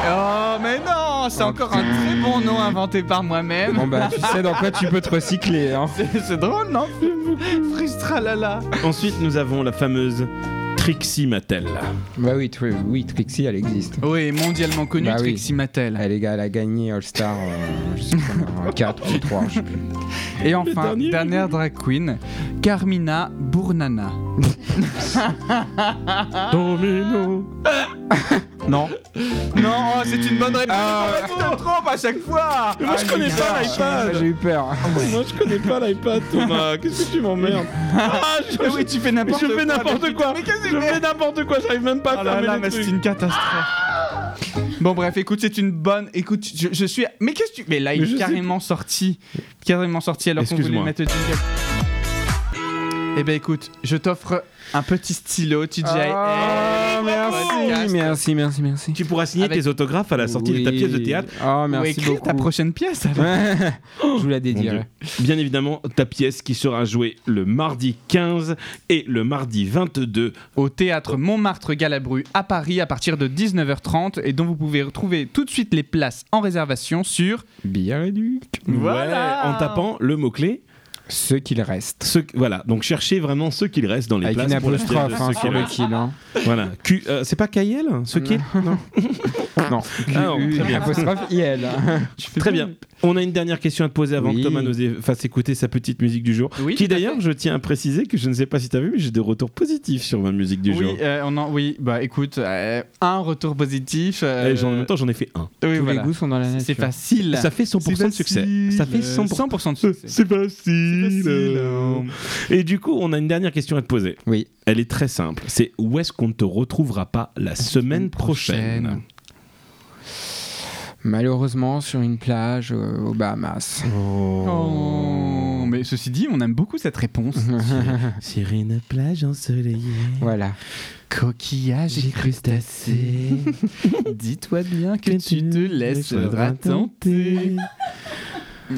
Speaker 1: Oh, mais non C'est
Speaker 3: Oh,
Speaker 1: encore un
Speaker 3: putain.
Speaker 1: très bon nom inventé par moi-même.
Speaker 3: Bon bah tu sais dans quoi tu peux te recycler. Hein.
Speaker 1: C'est c'est drôle, non Frustralala
Speaker 2: Ensuite, nous avons la fameuse Trixie Mattel.
Speaker 3: Bah oui, Tri- oui, Trixie elle existe.
Speaker 1: Oui, mondialement connue,
Speaker 3: Bah oui.
Speaker 1: Trixie Mattel.
Speaker 3: Elle, est- elle a gagné All Star euh, je sais pas, un 4 ou 3, je sais plus.
Speaker 1: Et enfin,
Speaker 2: dernier.
Speaker 1: dernière drag queen, Carmina Bournana.
Speaker 2: Domino.
Speaker 1: Non. Non, oh, c'est une bonne réponse.
Speaker 3: Ah.
Speaker 1: Oh, tu te trompes à chaque fois.
Speaker 2: Mais moi, je connais pas
Speaker 3: Ah, J'ai
Speaker 2: l'iPad.
Speaker 3: eu peur.
Speaker 2: Moi, je connais pas l'iPad, Thomas. Qu'est-ce que tu m'emmerdes Ah, je,
Speaker 1: Mais Eh oui, tu fais n'importe
Speaker 2: je
Speaker 1: quoi.
Speaker 2: fais
Speaker 1: mais
Speaker 2: n'importe
Speaker 1: putain,
Speaker 2: quoi.
Speaker 1: Mais qu'est-ce
Speaker 2: Je
Speaker 1: que
Speaker 2: fais n'importe quoi. J'arrive même pas à
Speaker 1: Ah là là,
Speaker 2: fermer
Speaker 1: mais
Speaker 2: les
Speaker 1: c'est
Speaker 2: trucs.
Speaker 1: une catastrophe. Bon bref, écoute, c'est une bonne. Écoute, je, je suis. Mais qu'est-ce que tu. Mais là,
Speaker 2: Mais
Speaker 1: il
Speaker 2: je
Speaker 1: est
Speaker 2: sais
Speaker 1: carrément sorti, carrément sorti alors qu'on voulait
Speaker 2: Excuse-moi.
Speaker 1: mettre le jingle. Eh ben écoute, je t'offre un petit stylo, TJ.
Speaker 3: Ah, merci, merci, merci, merci.
Speaker 2: eh, Tu pourras signer
Speaker 1: Avec-
Speaker 2: tes autographes à la sortie de ta
Speaker 3: Oui.
Speaker 2: pièce de théâtre.
Speaker 3: Ah
Speaker 1: Ou
Speaker 3: merci
Speaker 1: écrire
Speaker 3: beaucoup.
Speaker 1: ta prochaine pièce. alors.
Speaker 3: je vous la
Speaker 2: Mon Dieu.
Speaker 3: dédierai.
Speaker 2: Bien évidemment, ta pièce qui sera jouée le mardi 15 et le mardi 22.
Speaker 1: au théâtre Montmartre Galabru à Paris à partir de 19h30 et dont vous pouvez retrouver tout de suite les places en réservation sur
Speaker 3: Billard et Duc.
Speaker 1: Voilà.
Speaker 2: Ouais, en tapant le mot-clé.
Speaker 3: Ce qu'il reste.
Speaker 2: ce- Voilà, donc cherchez vraiment ce qu'il reste dans les
Speaker 3: Avec
Speaker 2: places
Speaker 3: une
Speaker 2: pour la pièce
Speaker 3: apostrophe
Speaker 2: de
Speaker 3: hein,
Speaker 2: ce
Speaker 3: sur
Speaker 2: qu'il
Speaker 3: le
Speaker 2: reste.
Speaker 3: kill. Hein.
Speaker 2: Voilà. Q- euh, c'est pas Kayel, ce qu'il
Speaker 3: Non,
Speaker 2: Ah non,
Speaker 3: Q-
Speaker 2: très bien.
Speaker 3: apostrophe IL.
Speaker 2: Très bien. On a une dernière question à te poser avant
Speaker 3: Oui.
Speaker 2: que Thomas nous é- fasse écouter sa petite musique du jour.
Speaker 1: Oui,
Speaker 2: qui
Speaker 1: tout à
Speaker 2: d'ailleurs,
Speaker 1: fait.
Speaker 2: je tiens à préciser que je ne sais pas si tu as vu, mais j'ai des retours positifs sur ma musique du
Speaker 1: oui,
Speaker 2: jour.
Speaker 1: euh, on en- oui, bah écoute, euh, un retour positif. euh,
Speaker 2: Et j'en- en même temps, j'en ai fait un.
Speaker 1: oui,
Speaker 3: Tous
Speaker 1: voilà.
Speaker 3: les goûts sont dans la nature.
Speaker 1: C'est facile.
Speaker 2: Ça fait 100% de succès. Ça fait 100%.
Speaker 1: 100% de succès.
Speaker 2: C'est facile. Et du coup, on a une dernière question à te poser.
Speaker 3: Oui.
Speaker 2: Elle est très simple. C'est où est-ce qu'on ne te retrouvera pas la semaine prochaine,
Speaker 3: Malheureusement, sur une plage euh, aux Bahamas.
Speaker 1: Oh, mais ceci dit, on aime beaucoup cette réponse.
Speaker 2: Mhm. Sur une plage ensoleillée.
Speaker 3: Voilà.
Speaker 1: Coquillage et crustacés. Dis-toi bien que tu te laisseras tenter.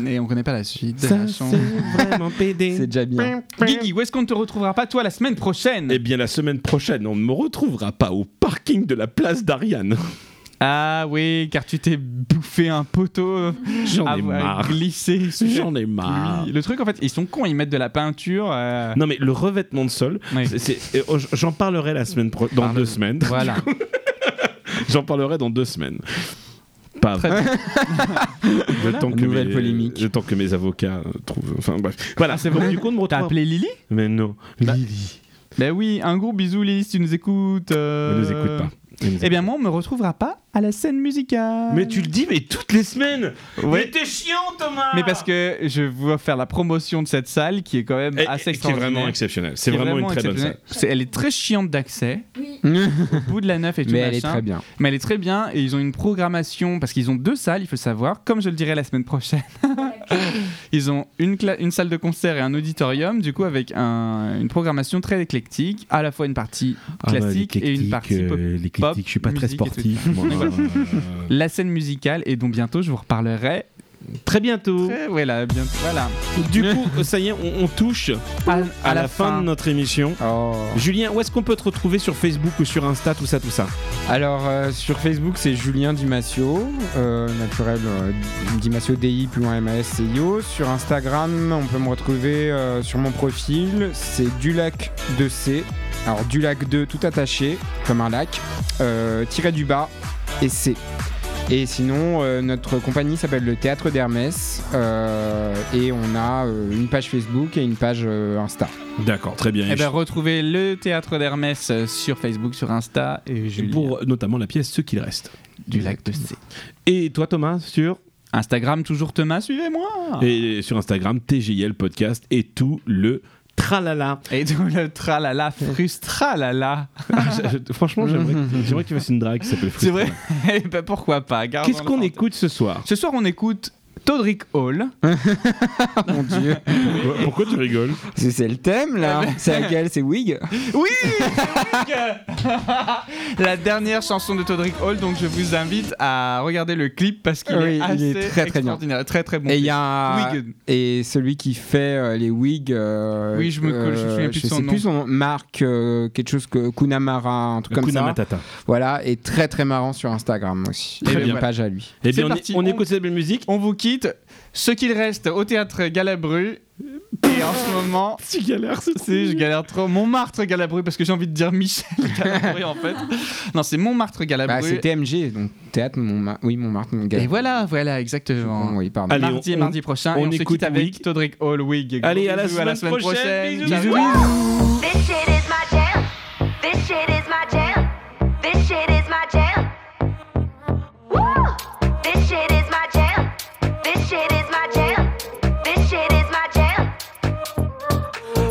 Speaker 1: Et on connaît pas la suite de la chanson.
Speaker 2: vraiment pédé.
Speaker 3: C'est déjà bien.
Speaker 1: Guigui, où est-ce qu'on ne te retrouvera pas toi la semaine prochaine
Speaker 2: Eh bien, la semaine prochaine, on ne me retrouvera pas au parking de la place d'Ariane.
Speaker 1: Ah oui, car tu t'es bouffé un poteau,
Speaker 2: J'en ai
Speaker 1: avoir
Speaker 2: marre.
Speaker 1: glissé. sous
Speaker 2: J'en ai
Speaker 1: la
Speaker 2: marre.
Speaker 1: pluie. Le truc en fait, ils sont cons, ils mettent de la peinture. euh,
Speaker 2: Non, mais le revêtement de sol,
Speaker 1: ouais.
Speaker 2: c'est- c'est- euh, j'en parlerai la semaine pro- dans
Speaker 1: Parle-
Speaker 2: deux semaines.
Speaker 1: Voilà.
Speaker 2: J'en parlerai dans deux semaines. Pas
Speaker 1: Très bien.
Speaker 2: le temps que
Speaker 3: Nouvelle
Speaker 2: mes,
Speaker 3: polémique.
Speaker 2: Le temps que mes avocats euh, trouvent. Enfin bref. Voilà.
Speaker 1: Ah, c'est
Speaker 2: Donc,
Speaker 1: vrai
Speaker 2: du coup, on me
Speaker 1: T'as
Speaker 2: retrouve.
Speaker 1: appelé Lily
Speaker 2: Mais non.
Speaker 1: Bah-
Speaker 2: Lily.
Speaker 1: Ben oui, un gros bisou Lily, tu nous écoutes.
Speaker 2: Elle
Speaker 1: euh,
Speaker 2: nous écoute pas. Elle nous
Speaker 1: Eh bien
Speaker 2: écoute
Speaker 1: moi, on me retrouvera pas à la scène musicale.
Speaker 2: pas. Mais tu le dis, mais toutes les semaines
Speaker 1: Ouais.
Speaker 2: Mais t'es chiant, Thomas
Speaker 1: Mais parce que je veux faire la promotion de cette salle qui est quand même
Speaker 2: Et- et-
Speaker 1: assez
Speaker 2: et qui est
Speaker 1: extraordinaire.
Speaker 2: vraiment exceptionnel. C'est
Speaker 1: Qui est
Speaker 2: vraiment, une très bonne salle.
Speaker 1: exceptionnelle. C'est- Elle est très chiante d'accès,
Speaker 4: Oui.
Speaker 1: au bout de la neuf et tout
Speaker 3: Mais elle est
Speaker 1: machin.
Speaker 3: très bien.
Speaker 1: Mais elle est très bien et ils ont une programmation parce qu'ils ont deux salles, il faut savoir. Comme je le dirai la semaine prochaine, ils ont une, cla- une salle de concert et un auditorium, du coup avec un- une programmation très éclectique, à la fois une partie
Speaker 2: Ah bah,
Speaker 1: classique et une partie pop. pop,
Speaker 5: euh, je suis pas très
Speaker 1: musique et tout.
Speaker 5: sportif. moi.
Speaker 2: Euh,
Speaker 1: La scène musicale et dont bientôt je vous reparlerai.
Speaker 2: Très bientôt.
Speaker 1: Très- voilà, bien- voilà.
Speaker 2: Du coup, euh, ça y est, on, on touche
Speaker 1: À,
Speaker 2: à, la, fin, de notre émission.
Speaker 3: Oh.
Speaker 2: Julien, où est-ce qu'on peut te retrouver sur Facebook ou sur Insta, tout ça, tout ça
Speaker 3: Alors euh, sur Facebook c'est Julien Dimasio, euh, naturel euh, Dimasio DI plus loin MASCIO. Sur Instagram on peut me retrouver euh, sur mon profil, c'est Dulac2C. Alors Dulac2 tout attaché comme un lac, euh, tiré du bas et C. Et sinon euh, notre compagnie s'appelle le Théâtre d'Hermès euh, et on a euh, une page Facebook et une page euh, Insta.
Speaker 2: D'accord, très bien.
Speaker 1: Eh ben, retrouvez le théâtre d'Hermès euh, sur Facebook, sur Insta et Julien
Speaker 2: pour notamment la pièce Ce qu'il reste.
Speaker 1: du lac de C.
Speaker 2: Et toi, Thomas, sur
Speaker 1: Instagram, toujours Thomas, suivez-moi.
Speaker 2: et sur Instagram, TGL Podcast et tout le tralala.
Speaker 1: Et tout le tralala frustralala.
Speaker 2: Ah, Franchement, j'aimerais j'aimerais que tu fasses une drague qui s'appelle
Speaker 1: C'est
Speaker 2: Frustrala.
Speaker 1: vrai Eh ben, pourquoi pas gardons
Speaker 2: Qu'est-ce
Speaker 1: le
Speaker 2: qu'on
Speaker 1: fantasme.
Speaker 2: écoute ce soir
Speaker 1: Ce soir, on écoute Todrick Hall.
Speaker 3: Mon dieu,
Speaker 2: Pourquoi tu rigoles
Speaker 3: c'est c'est le thème là, c'est laquelle c'est Wig
Speaker 1: Oui La dernière chanson de Todrick Hall, donc je vous invite à regarder le clip parce qu'il
Speaker 3: Oui,
Speaker 1: est
Speaker 3: il
Speaker 1: assez
Speaker 3: est très, très bien.
Speaker 1: extraordinaire, très très bon.
Speaker 3: Et il y
Speaker 1: clip.
Speaker 3: a un-
Speaker 1: Wigan.
Speaker 3: et celui qui fait euh, les wigs. euh,
Speaker 1: Oui, je me- je me souviens plus de
Speaker 3: je
Speaker 1: son
Speaker 3: sais
Speaker 1: nom.
Speaker 3: plus son nom. Marc, euh, quelque chose que Kunamara, un truc comme
Speaker 2: Hakuna
Speaker 3: ça.
Speaker 2: Matata.
Speaker 3: Voilà, et très très marrant sur Instagram aussi.
Speaker 1: Très
Speaker 3: Très
Speaker 1: bien.
Speaker 3: bien. page à lui.
Speaker 2: Eh
Speaker 1: C'est
Speaker 2: bien, on,
Speaker 1: parti,
Speaker 2: on
Speaker 1: on-
Speaker 2: écoute cette belle musique.
Speaker 1: On vous quitte. Ce qu'il reste au théâtre Galabru. Et en ce moment,
Speaker 2: Tu galères, c'est
Speaker 1: Si, je galère trop. Montmartre Galabru, parce que j'ai envie de dire Michel Galabru en fait. Non, c'est Montmartre
Speaker 3: Bah,
Speaker 1: Galabru.
Speaker 3: c'est TMG, donc théâtre, Montmartre. Oui, Montmartre, Galabru.
Speaker 1: et voilà, voilà, exactement.
Speaker 3: Oui, pardon.
Speaker 2: Allez,
Speaker 1: mardi
Speaker 2: on-
Speaker 1: et mardi prochain,
Speaker 2: on
Speaker 1: et on se
Speaker 2: écoute
Speaker 1: quitte avec
Speaker 2: Wig.
Speaker 1: Todrick Hall Wig. Gros
Speaker 2: Allez, à la
Speaker 1: bisous,
Speaker 2: semaine prochaine.
Speaker 1: Bisous,
Speaker 2: Bisous,
Speaker 1: bisous.
Speaker 6: This shit is my jam. This shit is my jam. This shit is my jam. Woo! This shit is my jam. This shit is my jam. This shit is my jam.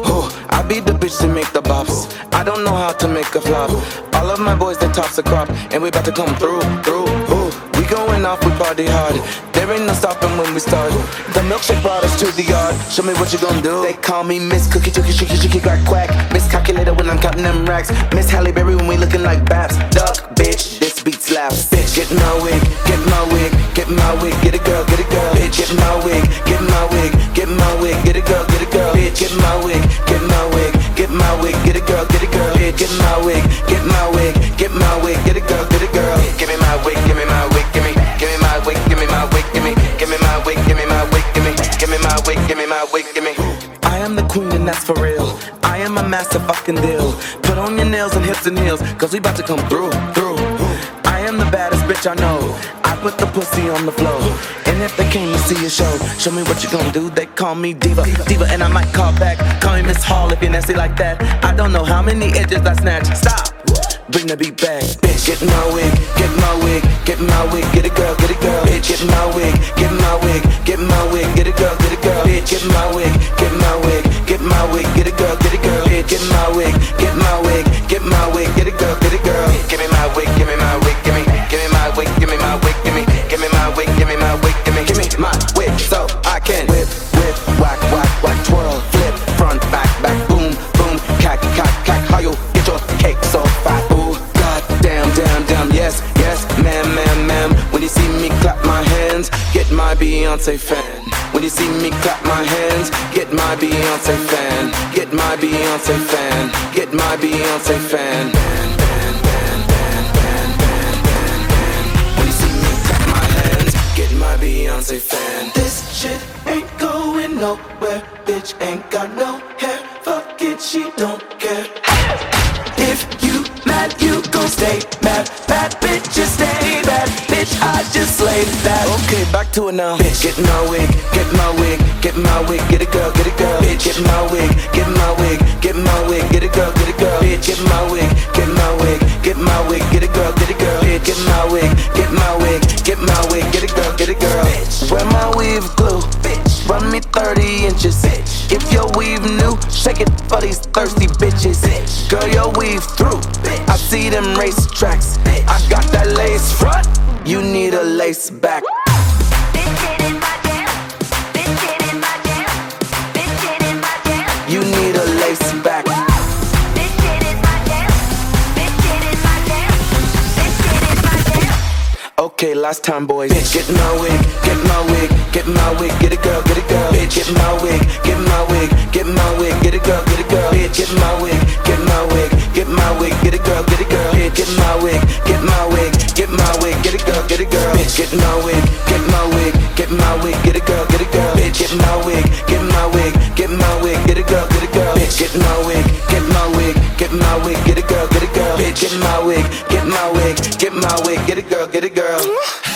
Speaker 7: Whew, I be the bitch to make the bops. I don't know how to make a flop. All of my boys, they tops a crop, and we about to come through, through. Ooh, we going off, we party hard. There ain't no stopping when we start. The milkshake brought us to the yard. Show me what you gonna do. They call me Miss Cookie, Cookie, Shookie, Shookie, Quack, Quack. Miss Calculator when I'm counting them racks. Miss Halle Berry when we looking like bats. Duck, bitch, this beat slaps. Bitch, get my wig, get my wig, get my wig, get a girl, get a girl. Bitch, get my wig, get my wig, get my wig, get a girl, get a girl. Bitch, get my wig, get my wig, get my wig, get a girl, get a girl. Bitch, get my wig, get my wig, get my wig, get a girl, get a girl. Give me my wig, give me my wig, give me, give me my wig, give me my wig, give me, give me my wig, give me my wig, give me, give me my wig, give me my wig, give me. I am the queen and that's for real. I am a master fucking deal. Put on your nails and hips and heels, cause we about to come through, through. I am the baddest bitch I know. I put the pussy on the floor. And if they came to see a show, show me what you gonna do. They call me Diva, Diva, and I might call back. Call me Miss Hall if you're nasty like that. I don't know how many edges I snatch. Stop. Bring the beat back, bitch. Get my wig, get my wig, get my wig, get a girl, get a girl, bitch. Get my wig, get my wig, get my wig, get a girl, get a girl, bitch. Get my wig, get my wig, get my wig, get a girl, get a girl, bitch. Get my wig, get my wig, get my wig, get a girl, get a girl. Give me my wig, give me my wig, give me, give me my wig, give me my wig, give me, give me my wig, give me my wig, give me, give me my wig, so I can whip, whip, whack, whack, whack, twirl, flip, front, back, back, boom, boom, cack, cack, cack. How you get your cake so fat? Ooh, god damn, damn, damn. Yes, yes, ma'am, ma'am, ma'am. When you see me clap my hands, get my Beyonce fan. When you see me clap my hands, get my Beyonce fan. Get my Beyonce fan. Get my Beyonce fan. When you see me clap my hands, get my Beyonce fan. This shit ain't going nowhere. Bitch ain't got no hair. Fuck it, she don't care. If you mad, you gon' stay mad. Bad bitch, just stay bad. Bitch, I just slayed that. Okay, back to it now. Bitch, get my wig, get my wig, get my wig, get a girl, get a girl. Bitch, get my wig, get my wig, get my wig, get a girl, get a girl. Get my wig, get my wig, get my wig, get a girl, get a girl. Get my wig, get my wig, get my wig, get a girl, get a girl. Wear my weave glue, bitch. Run me 30 inches, bitch. If your weave new, shake it for these thirsty bitches. Bitch. Girl, your weave through, bitch. I see them race tracks, bitch. I got that lace front, you need a lace back.
Speaker 6: This shit is my jam. This shit is my jam. This shit is my jam.
Speaker 7: You need a lace back.
Speaker 6: This shit is my jam. This shit is my jam. This shit is my jam.
Speaker 7: Okay, last time, boys. Bitch, get my wig, get my wig, get my wig, get a girl, get a girl. Bitch, get my wig, get my wig, get my wig, get a girl, get a girl. Bitch, get my wig, get my wig, get my wig, get a girl, get a girl. Bitch, get my wig, get my wig, get my wig, get a girl, get a girl. Bitch, get my wig, get my wig, get my wig, get a girl, get a girl. Bitch, get my wig, get my wig, get my wig, get a girl, get a girl. Bitch, get my wig, get my wig, get my wig, get a girl, get a girl. Bitch, get my wig, get my wig, get my wig, get a girl, get a girl.